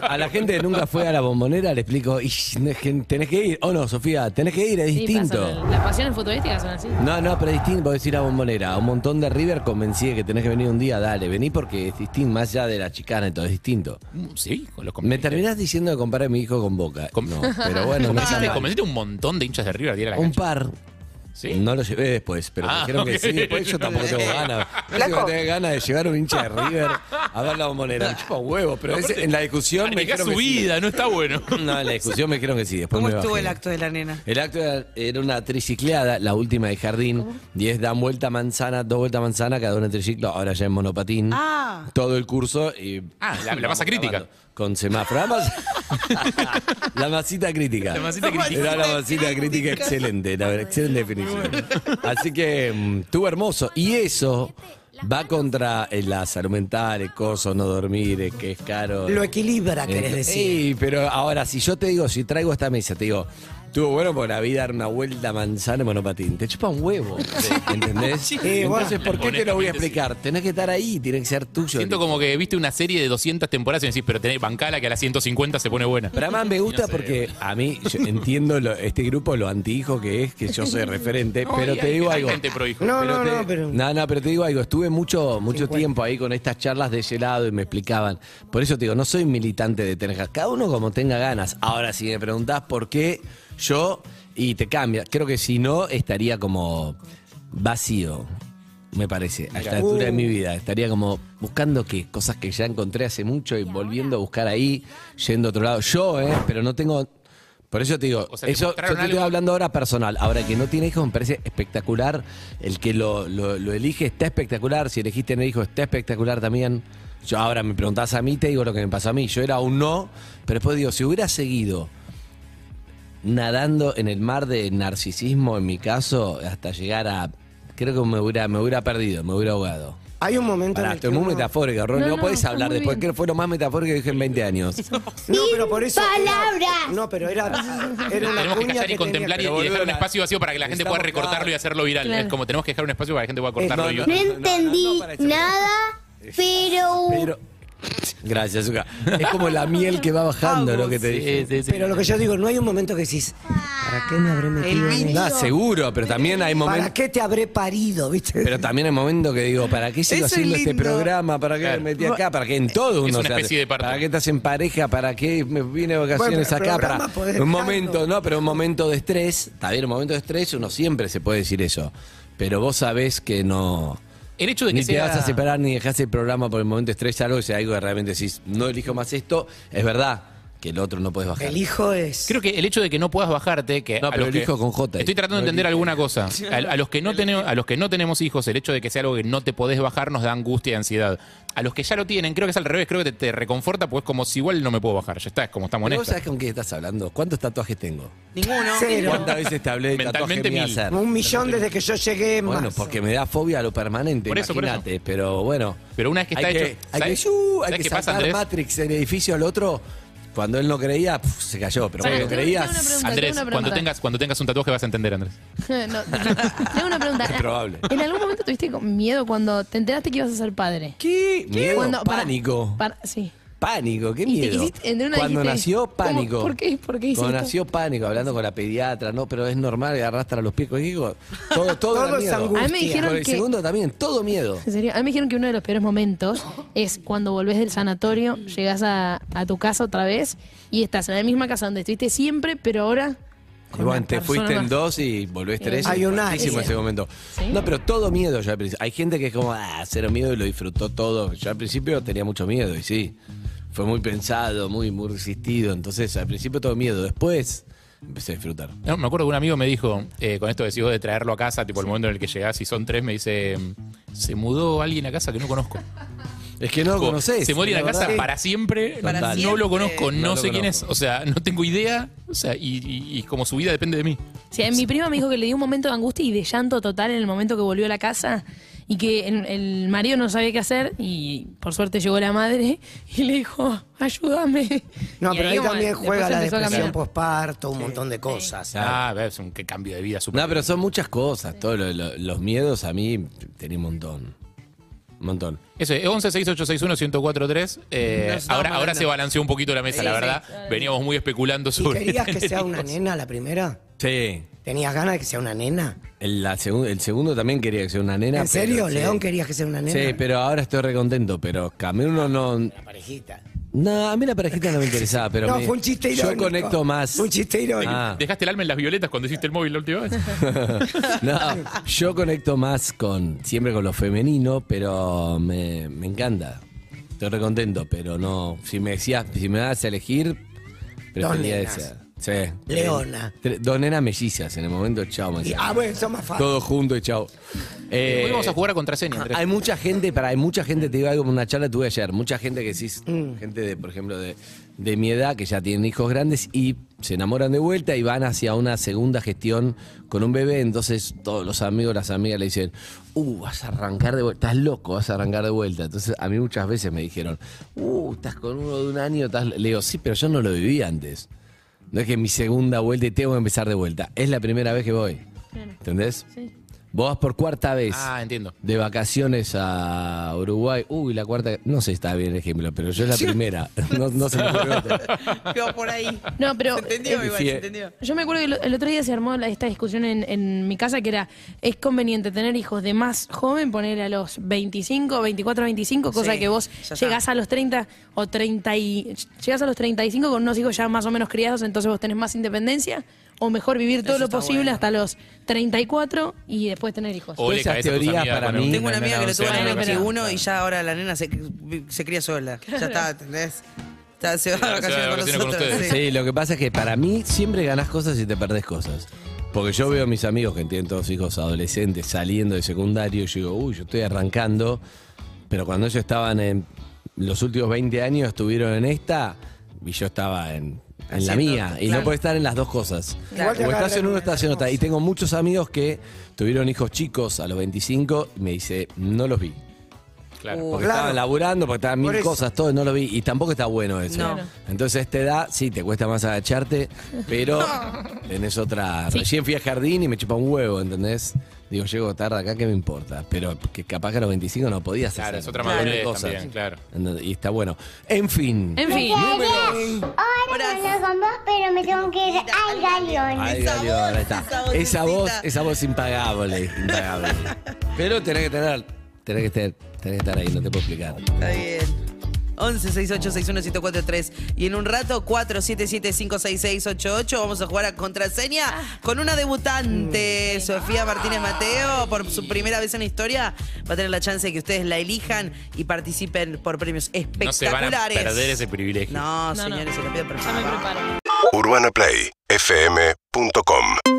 [SPEAKER 16] a la gente que nunca fue a la bombonera le explico, "Ish, no es que tenés que ir. Oh no, Sofía, tenés que ir, es
[SPEAKER 11] Sí,
[SPEAKER 16] distinto.
[SPEAKER 11] pasan- las pasiones futbolísticas son así.
[SPEAKER 16] No, no, pero es distinto, podés ir a bombonera. A un montón de River convencí de que tenés que venir un día, dale, vení porque es distinto, más allá de la chicana y todo, es distinto.
[SPEAKER 9] Mm, Sí, con los
[SPEAKER 16] Me terminás diciendo que comparar a mi hijo con Boca. No, pero bueno, no está
[SPEAKER 9] Convenciste,
[SPEAKER 16] mal.
[SPEAKER 9] convenciste un montón de hinchas de River a ir a la
[SPEAKER 16] Un
[SPEAKER 9] cancha.
[SPEAKER 16] par. No lo llevé después, pero
[SPEAKER 9] Ah,
[SPEAKER 16] me dijeron
[SPEAKER 9] ok.
[SPEAKER 16] que sí. Después yo tampoco tengo ganas. Yo tengo que tener ganas de llevar un hincha de River a ver la bombonera. Me chupa un huevo, pero
[SPEAKER 9] No,
[SPEAKER 16] ese-
[SPEAKER 9] aparte,
[SPEAKER 16] en la discusión me
[SPEAKER 9] manejás
[SPEAKER 16] dijeron
[SPEAKER 9] su
[SPEAKER 16] que sí.
[SPEAKER 9] vida, no está bueno.
[SPEAKER 16] No, en la discusión me dijeron que sí. Después
[SPEAKER 5] ¿Cómo
[SPEAKER 16] me
[SPEAKER 5] estuvo
[SPEAKER 16] bajé.
[SPEAKER 5] el acto de la nena?
[SPEAKER 16] El acto era- era una tricicleada, la última de jardín. 10 dan vuelta manzana, dos vueltas manzana, cada una en triciclo, ahora ya en monopatín.
[SPEAKER 5] Ah.
[SPEAKER 16] Todo el curso y.
[SPEAKER 9] Ah, la- la masa
[SPEAKER 16] Vamos
[SPEAKER 9] crítica.
[SPEAKER 16] acabando. Con semáforo. La, mas- la masita crítica.
[SPEAKER 9] La masita crítica.
[SPEAKER 16] Era la masita crítica excelente, la verdad, excelente definición. Así que mm, estuvo hermoso. Y eso va contra eh, la salud mental, el coso, no dormir, eh, que es caro.
[SPEAKER 4] Lo equilibra, querés
[SPEAKER 16] Ento-
[SPEAKER 4] decir.
[SPEAKER 16] Sí, pero ahora, si yo te digo, si traigo esta mesa, te digo, estuvo bueno por la vida dar una vuelta manzana en monopatín. Te chupa un huevo. ¿Entendés?
[SPEAKER 9] Sí,
[SPEAKER 16] Entonces,
[SPEAKER 9] bueno.
[SPEAKER 16] ¿por qué te lo voy a
[SPEAKER 9] Honestamente, sí.
[SPEAKER 16] explicar? Tenés que estar ahí, tiene que ser tuyo.
[SPEAKER 9] Siento como que viste una serie de 200 temporadas y decís, pero tenés bancala que a las 150 se pone buena.
[SPEAKER 16] Pero además me gusta porque eh, a mí yo entiendo lo- este grupo lo antihijo que es, que yo soy referente,
[SPEAKER 9] No,
[SPEAKER 16] pero
[SPEAKER 9] y
[SPEAKER 16] te
[SPEAKER 9] hay-
[SPEAKER 16] digo
[SPEAKER 9] hay
[SPEAKER 16] algo.
[SPEAKER 9] gente pro hijo.
[SPEAKER 4] No,
[SPEAKER 16] Pero
[SPEAKER 4] no,
[SPEAKER 16] te-
[SPEAKER 4] no, pero.
[SPEAKER 16] No, no, pero te digo algo, estuve mucho, mucho tiempo ahí con estas charlas de ese lado y me explicaban. Por eso te digo, no soy militante de tener ganas, cada uno como tenga ganas. Ahora, si me preguntás por qué, yo, y te cambia, creo que si no, estaría como vacío. Me parece, a esta
[SPEAKER 4] Mirá.
[SPEAKER 16] altura de mi
[SPEAKER 4] Uh.
[SPEAKER 16] vida. Estaría como buscando qué, cosas que ya encontré hace mucho y volviendo a buscar ahí, yendo a otro lado. Yo, ¿eh? Pero no tengo. Por eso te digo,
[SPEAKER 9] O sea, ¿te
[SPEAKER 16] eso, yo
[SPEAKER 9] mostraron
[SPEAKER 16] te estoy
[SPEAKER 9] algo?
[SPEAKER 16] hablando ahora personal. Ahora, el que no tiene hijos me parece espectacular. El que lo, lo- lo elige está espectacular. Si elegiste tener hijos está espectacular también. Yo ahora me preguntás a mí, te digo lo que me pasó a mí. Yo era un no, pero después digo, si hubiera seguido nadando en el mar de narcisismo, en mi caso, hasta llegar a. Creo que me hubiera, me hubiera perdido, me hubiera ahogado.
[SPEAKER 4] Hay un momento. en
[SPEAKER 16] Pará,
[SPEAKER 4] el
[SPEAKER 16] estoy
[SPEAKER 4] que
[SPEAKER 16] muy
[SPEAKER 4] uno-
[SPEAKER 16] metafórico, Ron.
[SPEAKER 4] No,
[SPEAKER 16] No,
[SPEAKER 4] no,
[SPEAKER 16] podés
[SPEAKER 4] está
[SPEAKER 16] hablar
[SPEAKER 4] muy
[SPEAKER 16] después,
[SPEAKER 4] bien.
[SPEAKER 16] que fue lo más metafórico que dije en 20 años.
[SPEAKER 4] No, pero por eso.
[SPEAKER 17] palabras.
[SPEAKER 4] No, pero era, era una
[SPEAKER 9] Tenemos que
[SPEAKER 4] cuña
[SPEAKER 9] callar y
[SPEAKER 4] tenía-
[SPEAKER 9] contemplar y-
[SPEAKER 4] pero,
[SPEAKER 9] y,
[SPEAKER 4] boludo,
[SPEAKER 9] dejar un
[SPEAKER 4] la-
[SPEAKER 9] espacio vacío para que la gente pueda
[SPEAKER 4] Estamos
[SPEAKER 9] recortarlo
[SPEAKER 4] acá.
[SPEAKER 9] y hacerlo viral.
[SPEAKER 4] Claro.
[SPEAKER 9] Es como tenemos que dejar un espacio para que la gente pueda cortarlo y
[SPEAKER 17] No entendí nada, pero...
[SPEAKER 16] Pero- Gracias, Zuka. Es como la miel que va bajando, lo que te dije.
[SPEAKER 4] pero lo que yo digo, no hay un momento que decís, ¿para qué me habré metido en
[SPEAKER 16] No,
[SPEAKER 4] esto?
[SPEAKER 16] seguro, pero también hay
[SPEAKER 4] ¿Para
[SPEAKER 16] momentos.
[SPEAKER 4] qué te habré parido? ¿Viste?
[SPEAKER 16] Pero también hay momentos que digo, ¿para qué sigo
[SPEAKER 4] Eso es
[SPEAKER 16] haciendo este
[SPEAKER 4] lindo.
[SPEAKER 16] programa? ¿Para qué me metí acá? ¿Para qué en
[SPEAKER 9] Es
[SPEAKER 16] todo uno
[SPEAKER 9] una
[SPEAKER 16] se
[SPEAKER 9] especie
[SPEAKER 16] hace?
[SPEAKER 9] de parto.
[SPEAKER 16] ¿Para qué estás en pareja? ¿Para qué me vine de vacaciones
[SPEAKER 9] Bueno, pero
[SPEAKER 16] acá?
[SPEAKER 9] el programa
[SPEAKER 16] Para
[SPEAKER 9] podés
[SPEAKER 16] un
[SPEAKER 9] dejarlo.
[SPEAKER 16] momento, no, pero un momento de estrés. También un momento de estrés, uno siempre se puede decir eso. Pero vos sabés que no.
[SPEAKER 9] El hecho de que
[SPEAKER 16] Ni te
[SPEAKER 9] sea-
[SPEAKER 16] vas a separar ni dejás el programa por el momento de estrés, algo que sea algo que realmente decís, no elijo más esto, es verdad que el otro no puedes bajar.
[SPEAKER 4] El hijo es.
[SPEAKER 9] Creo que el hecho de que no puedas bajarte, que
[SPEAKER 16] No,
[SPEAKER 9] a
[SPEAKER 16] pero
[SPEAKER 9] los que-
[SPEAKER 16] elijo con J.
[SPEAKER 9] Estoy tratando de
[SPEAKER 16] No
[SPEAKER 9] entender
[SPEAKER 16] elijo.
[SPEAKER 9] alguna cosa. A, a los que no tenemos, a los que no tenemos hijos, el hecho de que sea algo que no te podés bajar nos da angustia y ansiedad. A los que ya lo tienen, creo que es al revés, creo que te, te reconforta, pues como si igual no me puedo bajar, ya está, es como estamos en
[SPEAKER 16] ¿Vos
[SPEAKER 9] esta.
[SPEAKER 16] sabés con qué estás hablando? ¿Cuántos tatuajes tengo?
[SPEAKER 5] Ninguno.
[SPEAKER 16] ¿Cuántas veces te hablé de
[SPEAKER 9] Mentalmente
[SPEAKER 16] tatuaje me iba a
[SPEAKER 9] mil.
[SPEAKER 16] hacer?
[SPEAKER 4] Un millón desde que yo llegué más.
[SPEAKER 16] Bueno, porque me da fobia a lo permanente,
[SPEAKER 9] Por eso, por
[SPEAKER 16] imagínate, pero bueno.
[SPEAKER 9] Pero una vez que
[SPEAKER 16] hay
[SPEAKER 9] está
[SPEAKER 16] que,
[SPEAKER 9] hecho,
[SPEAKER 16] hay
[SPEAKER 9] ¿sabes-
[SPEAKER 16] que, ¡yu! hay
[SPEAKER 9] sabes
[SPEAKER 16] que
[SPEAKER 9] qué pasa,
[SPEAKER 16] saltar
[SPEAKER 9] Andrés?
[SPEAKER 16] Matrix del edificio al otro. Cuando él no creía, pf, se cayó, pero
[SPEAKER 11] Pará,
[SPEAKER 16] cuando
[SPEAKER 11] tengo-
[SPEAKER 16] creía,
[SPEAKER 11] tengo una pregunta, tengo
[SPEAKER 9] Andrés,
[SPEAKER 11] una
[SPEAKER 9] cuando
[SPEAKER 11] pregunta.
[SPEAKER 9] tengas, cuando tengas un tatuaje vas a entender, Andrés.
[SPEAKER 11] No, tengo una pregunta.
[SPEAKER 16] Es probable.
[SPEAKER 11] ¿En algún momento tuviste con- miedo cuando te enteraste que ibas a ser padre?
[SPEAKER 16] ¿Qué? Miedo,
[SPEAKER 11] Cuando- para-
[SPEAKER 16] pánico.
[SPEAKER 11] para- sí.
[SPEAKER 16] Pánico,
[SPEAKER 11] Y
[SPEAKER 16] qué
[SPEAKER 11] te
[SPEAKER 16] miedo.
[SPEAKER 11] hiciste- en una
[SPEAKER 16] Cuando
[SPEAKER 11] dijiste,
[SPEAKER 16] nació,
[SPEAKER 11] ¿cómo?
[SPEAKER 16] pánico.
[SPEAKER 11] ¿Por qué? ¿Por qué hiciste?
[SPEAKER 16] Cuando nació, pánico, hablando con la pediatra, no, pero es normal, arrastra los pies, digo, todo, todo,
[SPEAKER 11] Todo
[SPEAKER 16] era
[SPEAKER 11] es
[SPEAKER 16] miedo.
[SPEAKER 11] angustia. A mí me dijeron
[SPEAKER 16] Con el
[SPEAKER 11] que-
[SPEAKER 16] segundo también, todo miedo.
[SPEAKER 11] En serio, a mí me dijeron que uno de los peores momentos es cuando volvés del sanatorio, llegás a, a tu casa otra vez y estás en la misma casa donde estuviste siempre, pero ahora
[SPEAKER 16] Y bueno, te
[SPEAKER 11] persona
[SPEAKER 16] fuiste en
[SPEAKER 11] más. eh,
[SPEAKER 16] dos y volvés tres.
[SPEAKER 4] Hay
[SPEAKER 16] y
[SPEAKER 4] un
[SPEAKER 16] fuertísimo
[SPEAKER 4] área.
[SPEAKER 16] ese momento.
[SPEAKER 11] Sí.
[SPEAKER 16] No, pero todo miedo ya al principio. Hay gente que es como, ah, cero miedo y lo disfrutó todo. Yo al principio tenía mucho miedo y sí. Fue muy pensado, muy, muy resistido. Entonces, al principio todo miedo. Después empecé a disfrutar.
[SPEAKER 9] No, me acuerdo que un amigo me dijo, eh, con esto de si vos de traerlo a casa, tipo el momento en el que llegás y son tres, me dice, se mudó alguien a casa que no conozco.
[SPEAKER 16] Es que no lo
[SPEAKER 9] Tipo,
[SPEAKER 16] conocés.
[SPEAKER 9] Se muere en la
[SPEAKER 16] la
[SPEAKER 9] casa
[SPEAKER 16] verdad.
[SPEAKER 9] para siempre,
[SPEAKER 16] Para
[SPEAKER 9] no
[SPEAKER 16] siempre.
[SPEAKER 9] lo conozco, no,
[SPEAKER 16] No lo
[SPEAKER 9] sé quién es,
[SPEAKER 16] conozco.
[SPEAKER 9] o sea, no tengo idea, o sea, y, y- y como su vida depende de mí.
[SPEAKER 11] Sí, mi prima me dijo que le dio un momento de angustia y de llanto total en el momento que volvió a la casa y que el, el marido no sabía qué hacer y por suerte llegó la madre y le dijo, ayúdame.
[SPEAKER 4] No,
[SPEAKER 11] Y
[SPEAKER 4] pero ahí
[SPEAKER 11] como
[SPEAKER 4] también
[SPEAKER 11] después
[SPEAKER 4] juega la
[SPEAKER 11] empezó a
[SPEAKER 4] depresión
[SPEAKER 11] caminar.
[SPEAKER 4] posparto, un montón de cosas.
[SPEAKER 9] Ah, ves, un que- cambio de vida súper.
[SPEAKER 16] No, pero son muchas cosas. Todos lo- lo- los miedos a mí tenía un montón. Un montón.
[SPEAKER 9] Eso eh, es 11 6861 1043
[SPEAKER 16] Nos
[SPEAKER 9] eh,
[SPEAKER 16] estamos
[SPEAKER 9] Ahora, ahora
[SPEAKER 16] hablando.
[SPEAKER 9] se balanceó un poquito la mesa,
[SPEAKER 16] Sí,
[SPEAKER 9] la
[SPEAKER 16] sí.
[SPEAKER 9] verdad. Veníamos muy especulando
[SPEAKER 4] ¿Y
[SPEAKER 9] sobre.
[SPEAKER 4] querías que sea una nena la primera?
[SPEAKER 16] Sí.
[SPEAKER 4] ¿Tenías ganas de que sea una nena?
[SPEAKER 16] El, la segun- el segundo también quería que sea una nena.
[SPEAKER 4] ¿En serio?
[SPEAKER 16] pero sí.
[SPEAKER 4] ¿León querías que sea una nena?
[SPEAKER 16] Sí, pero ahora estoy recontento. Pero Camilo no.
[SPEAKER 4] Parejita.
[SPEAKER 16] No, a mí la parejita no me interesaba, pero.
[SPEAKER 4] No,
[SPEAKER 16] me-
[SPEAKER 4] fue un chiste
[SPEAKER 16] Yo
[SPEAKER 4] irónico.
[SPEAKER 16] conecto más. Un
[SPEAKER 4] chiste irónico.
[SPEAKER 16] Ah.
[SPEAKER 9] Dejaste el alma en las violetas cuando hiciste el móvil la última vez.
[SPEAKER 16] no, yo conecto más con. Siempre con lo femenino, pero me, me encanta. Estoy recontento, pero no. Si me decías, si me das a elegir, prefería
[SPEAKER 4] nenas.
[SPEAKER 16] esa. Sí.
[SPEAKER 4] Leona.
[SPEAKER 16] Tre- Dos nenas mellizas en el momento, chao,
[SPEAKER 4] Y-
[SPEAKER 16] mañana.
[SPEAKER 4] ah, bueno, son más fáciles.
[SPEAKER 16] Todo junto y chao. Eh,
[SPEAKER 9] Hoy vamos a jugar a contraseña, Andrés.
[SPEAKER 16] Hay mucha gente, para hay mucha gente, te digo algo, una charla que tuve ayer, mucha gente que decís,
[SPEAKER 4] Mm.
[SPEAKER 16] gente de, por ejemplo, de, de mi edad, que ya tienen hijos grandes y se enamoran de vuelta y van hacia una segunda gestión con un bebé, entonces todos los amigos, las amigas le dicen, uh, vas a arrancar de vuelta, estás loco, vas a arrancar de vuelta. Entonces a mí muchas veces me dijeron, uh, estás con uno de un año, estás... le digo, sí, pero yo no lo viví antes. No es que mi segunda vuelta y tengo que empezar de vuelta. Es la primera vez que voy. ¿Entendés? Vos vas por cuarta vez.
[SPEAKER 9] Ah, entiendo.
[SPEAKER 16] De vacaciones a Uruguay. Uy, la cuarta. No sé si está bien el ejemplo, pero yo es la primera. No, no se me ocurrió otra.
[SPEAKER 5] Quedó por ahí.
[SPEAKER 11] No, pero
[SPEAKER 5] Se entendió
[SPEAKER 16] eh,
[SPEAKER 5] igual,
[SPEAKER 16] sí,
[SPEAKER 5] se
[SPEAKER 16] eh.
[SPEAKER 5] entendió.
[SPEAKER 11] Yo me acuerdo que lo- el otro día se armó la- esta discusión en, en mi casa que era, es conveniente tener hijos de más joven, poner a los 25, 24, 25, cosa
[SPEAKER 5] Sí,
[SPEAKER 11] que vos
[SPEAKER 5] ya está.
[SPEAKER 11] llegás a los 30 o 30 y... Llegás a los 35 con unos hijos ya más o menos criados, entonces vos tenés más independencia, o mejor vivir todo
[SPEAKER 5] Eso
[SPEAKER 11] lo
[SPEAKER 5] está
[SPEAKER 11] posible
[SPEAKER 5] bueno.
[SPEAKER 11] hasta los 34 y después tener hijos.
[SPEAKER 9] O le
[SPEAKER 16] Esas
[SPEAKER 9] caes a tus
[SPEAKER 16] teorías
[SPEAKER 9] amigas
[SPEAKER 16] para
[SPEAKER 9] con
[SPEAKER 16] mí-
[SPEAKER 9] un-
[SPEAKER 16] Tengo
[SPEAKER 5] Una amiga que le tuvo
[SPEAKER 9] once
[SPEAKER 5] a
[SPEAKER 9] años,
[SPEAKER 5] los
[SPEAKER 9] pero-
[SPEAKER 5] 21 y ya ahora la nena se, se cría sola. Ya está, ¿entendés? Ya se va a
[SPEAKER 9] se va de
[SPEAKER 5] vacaciones con
[SPEAKER 9] vacaciones con
[SPEAKER 5] nosotros.
[SPEAKER 9] ustedes.
[SPEAKER 5] sí.
[SPEAKER 16] Sí, lo que pasa es que para mí siempre ganás cosas y te perdés cosas. Porque yo veo a mis amigos que tienen todos hijos adolescentes saliendo de secundario y yo digo, uy, yo estoy arrancando. Pero cuando ellos estaban en los últimos 20 años, estuvieron en esta y yo estaba en, en la
[SPEAKER 4] Haciendo-
[SPEAKER 16] mía. Y no
[SPEAKER 4] claro.
[SPEAKER 16] podés estar en las dos cosas.
[SPEAKER 4] Igual te
[SPEAKER 16] O estás
[SPEAKER 4] agarran
[SPEAKER 16] en uno,
[SPEAKER 4] una
[SPEAKER 16] estás en otra. Y tengo muchos amigos que tuvieron hijos chicos a los 25 y me dice, no los vi.
[SPEAKER 9] Claro.
[SPEAKER 16] Porque
[SPEAKER 4] Claro.
[SPEAKER 16] estaban laburando, porque estaban
[SPEAKER 4] Por
[SPEAKER 16] mil
[SPEAKER 4] eso.
[SPEAKER 16] cosas, todo, no lo vi. Y tampoco está bueno eso.
[SPEAKER 5] No.
[SPEAKER 16] Entonces, a esta edad, sí, te cuesta más agacharte, pero tenés otra. Recién fui a jardín y me chupa un huevo, ¿entendés? Digo, llego tarde acá, ¿qué me importa? Pero que capaz que a los 25 no podías hacer.
[SPEAKER 9] Claro, es otra
[SPEAKER 16] millones de
[SPEAKER 9] madurez también, claro.
[SPEAKER 16] ¿Entendés? Y está bueno. En fin.
[SPEAKER 11] En fin.
[SPEAKER 17] Ahora hablo con vos, pero me tengo que ir al galeón.
[SPEAKER 16] Ay, Galeón, ahí está. Esa voz, esa voz impagable, impagable. Pero tenés que tener, tenés que tener, tenés que estar ahí, no te puedo explicar.
[SPEAKER 5] Está bien. 11 68 61 1043. Y en un rato, 477 56688. Vamos a jugar a contraseña con una debutante, Sofía Martínez Mateo. Por su primera vez en la historia, va a tener la chance de que ustedes la elijan y participen por premios
[SPEAKER 9] No se van
[SPEAKER 5] espectaculares.
[SPEAKER 9] a perder ese privilegio.
[SPEAKER 5] No, señores, se lo pido por favor.
[SPEAKER 18] UrbanaPlayFM.com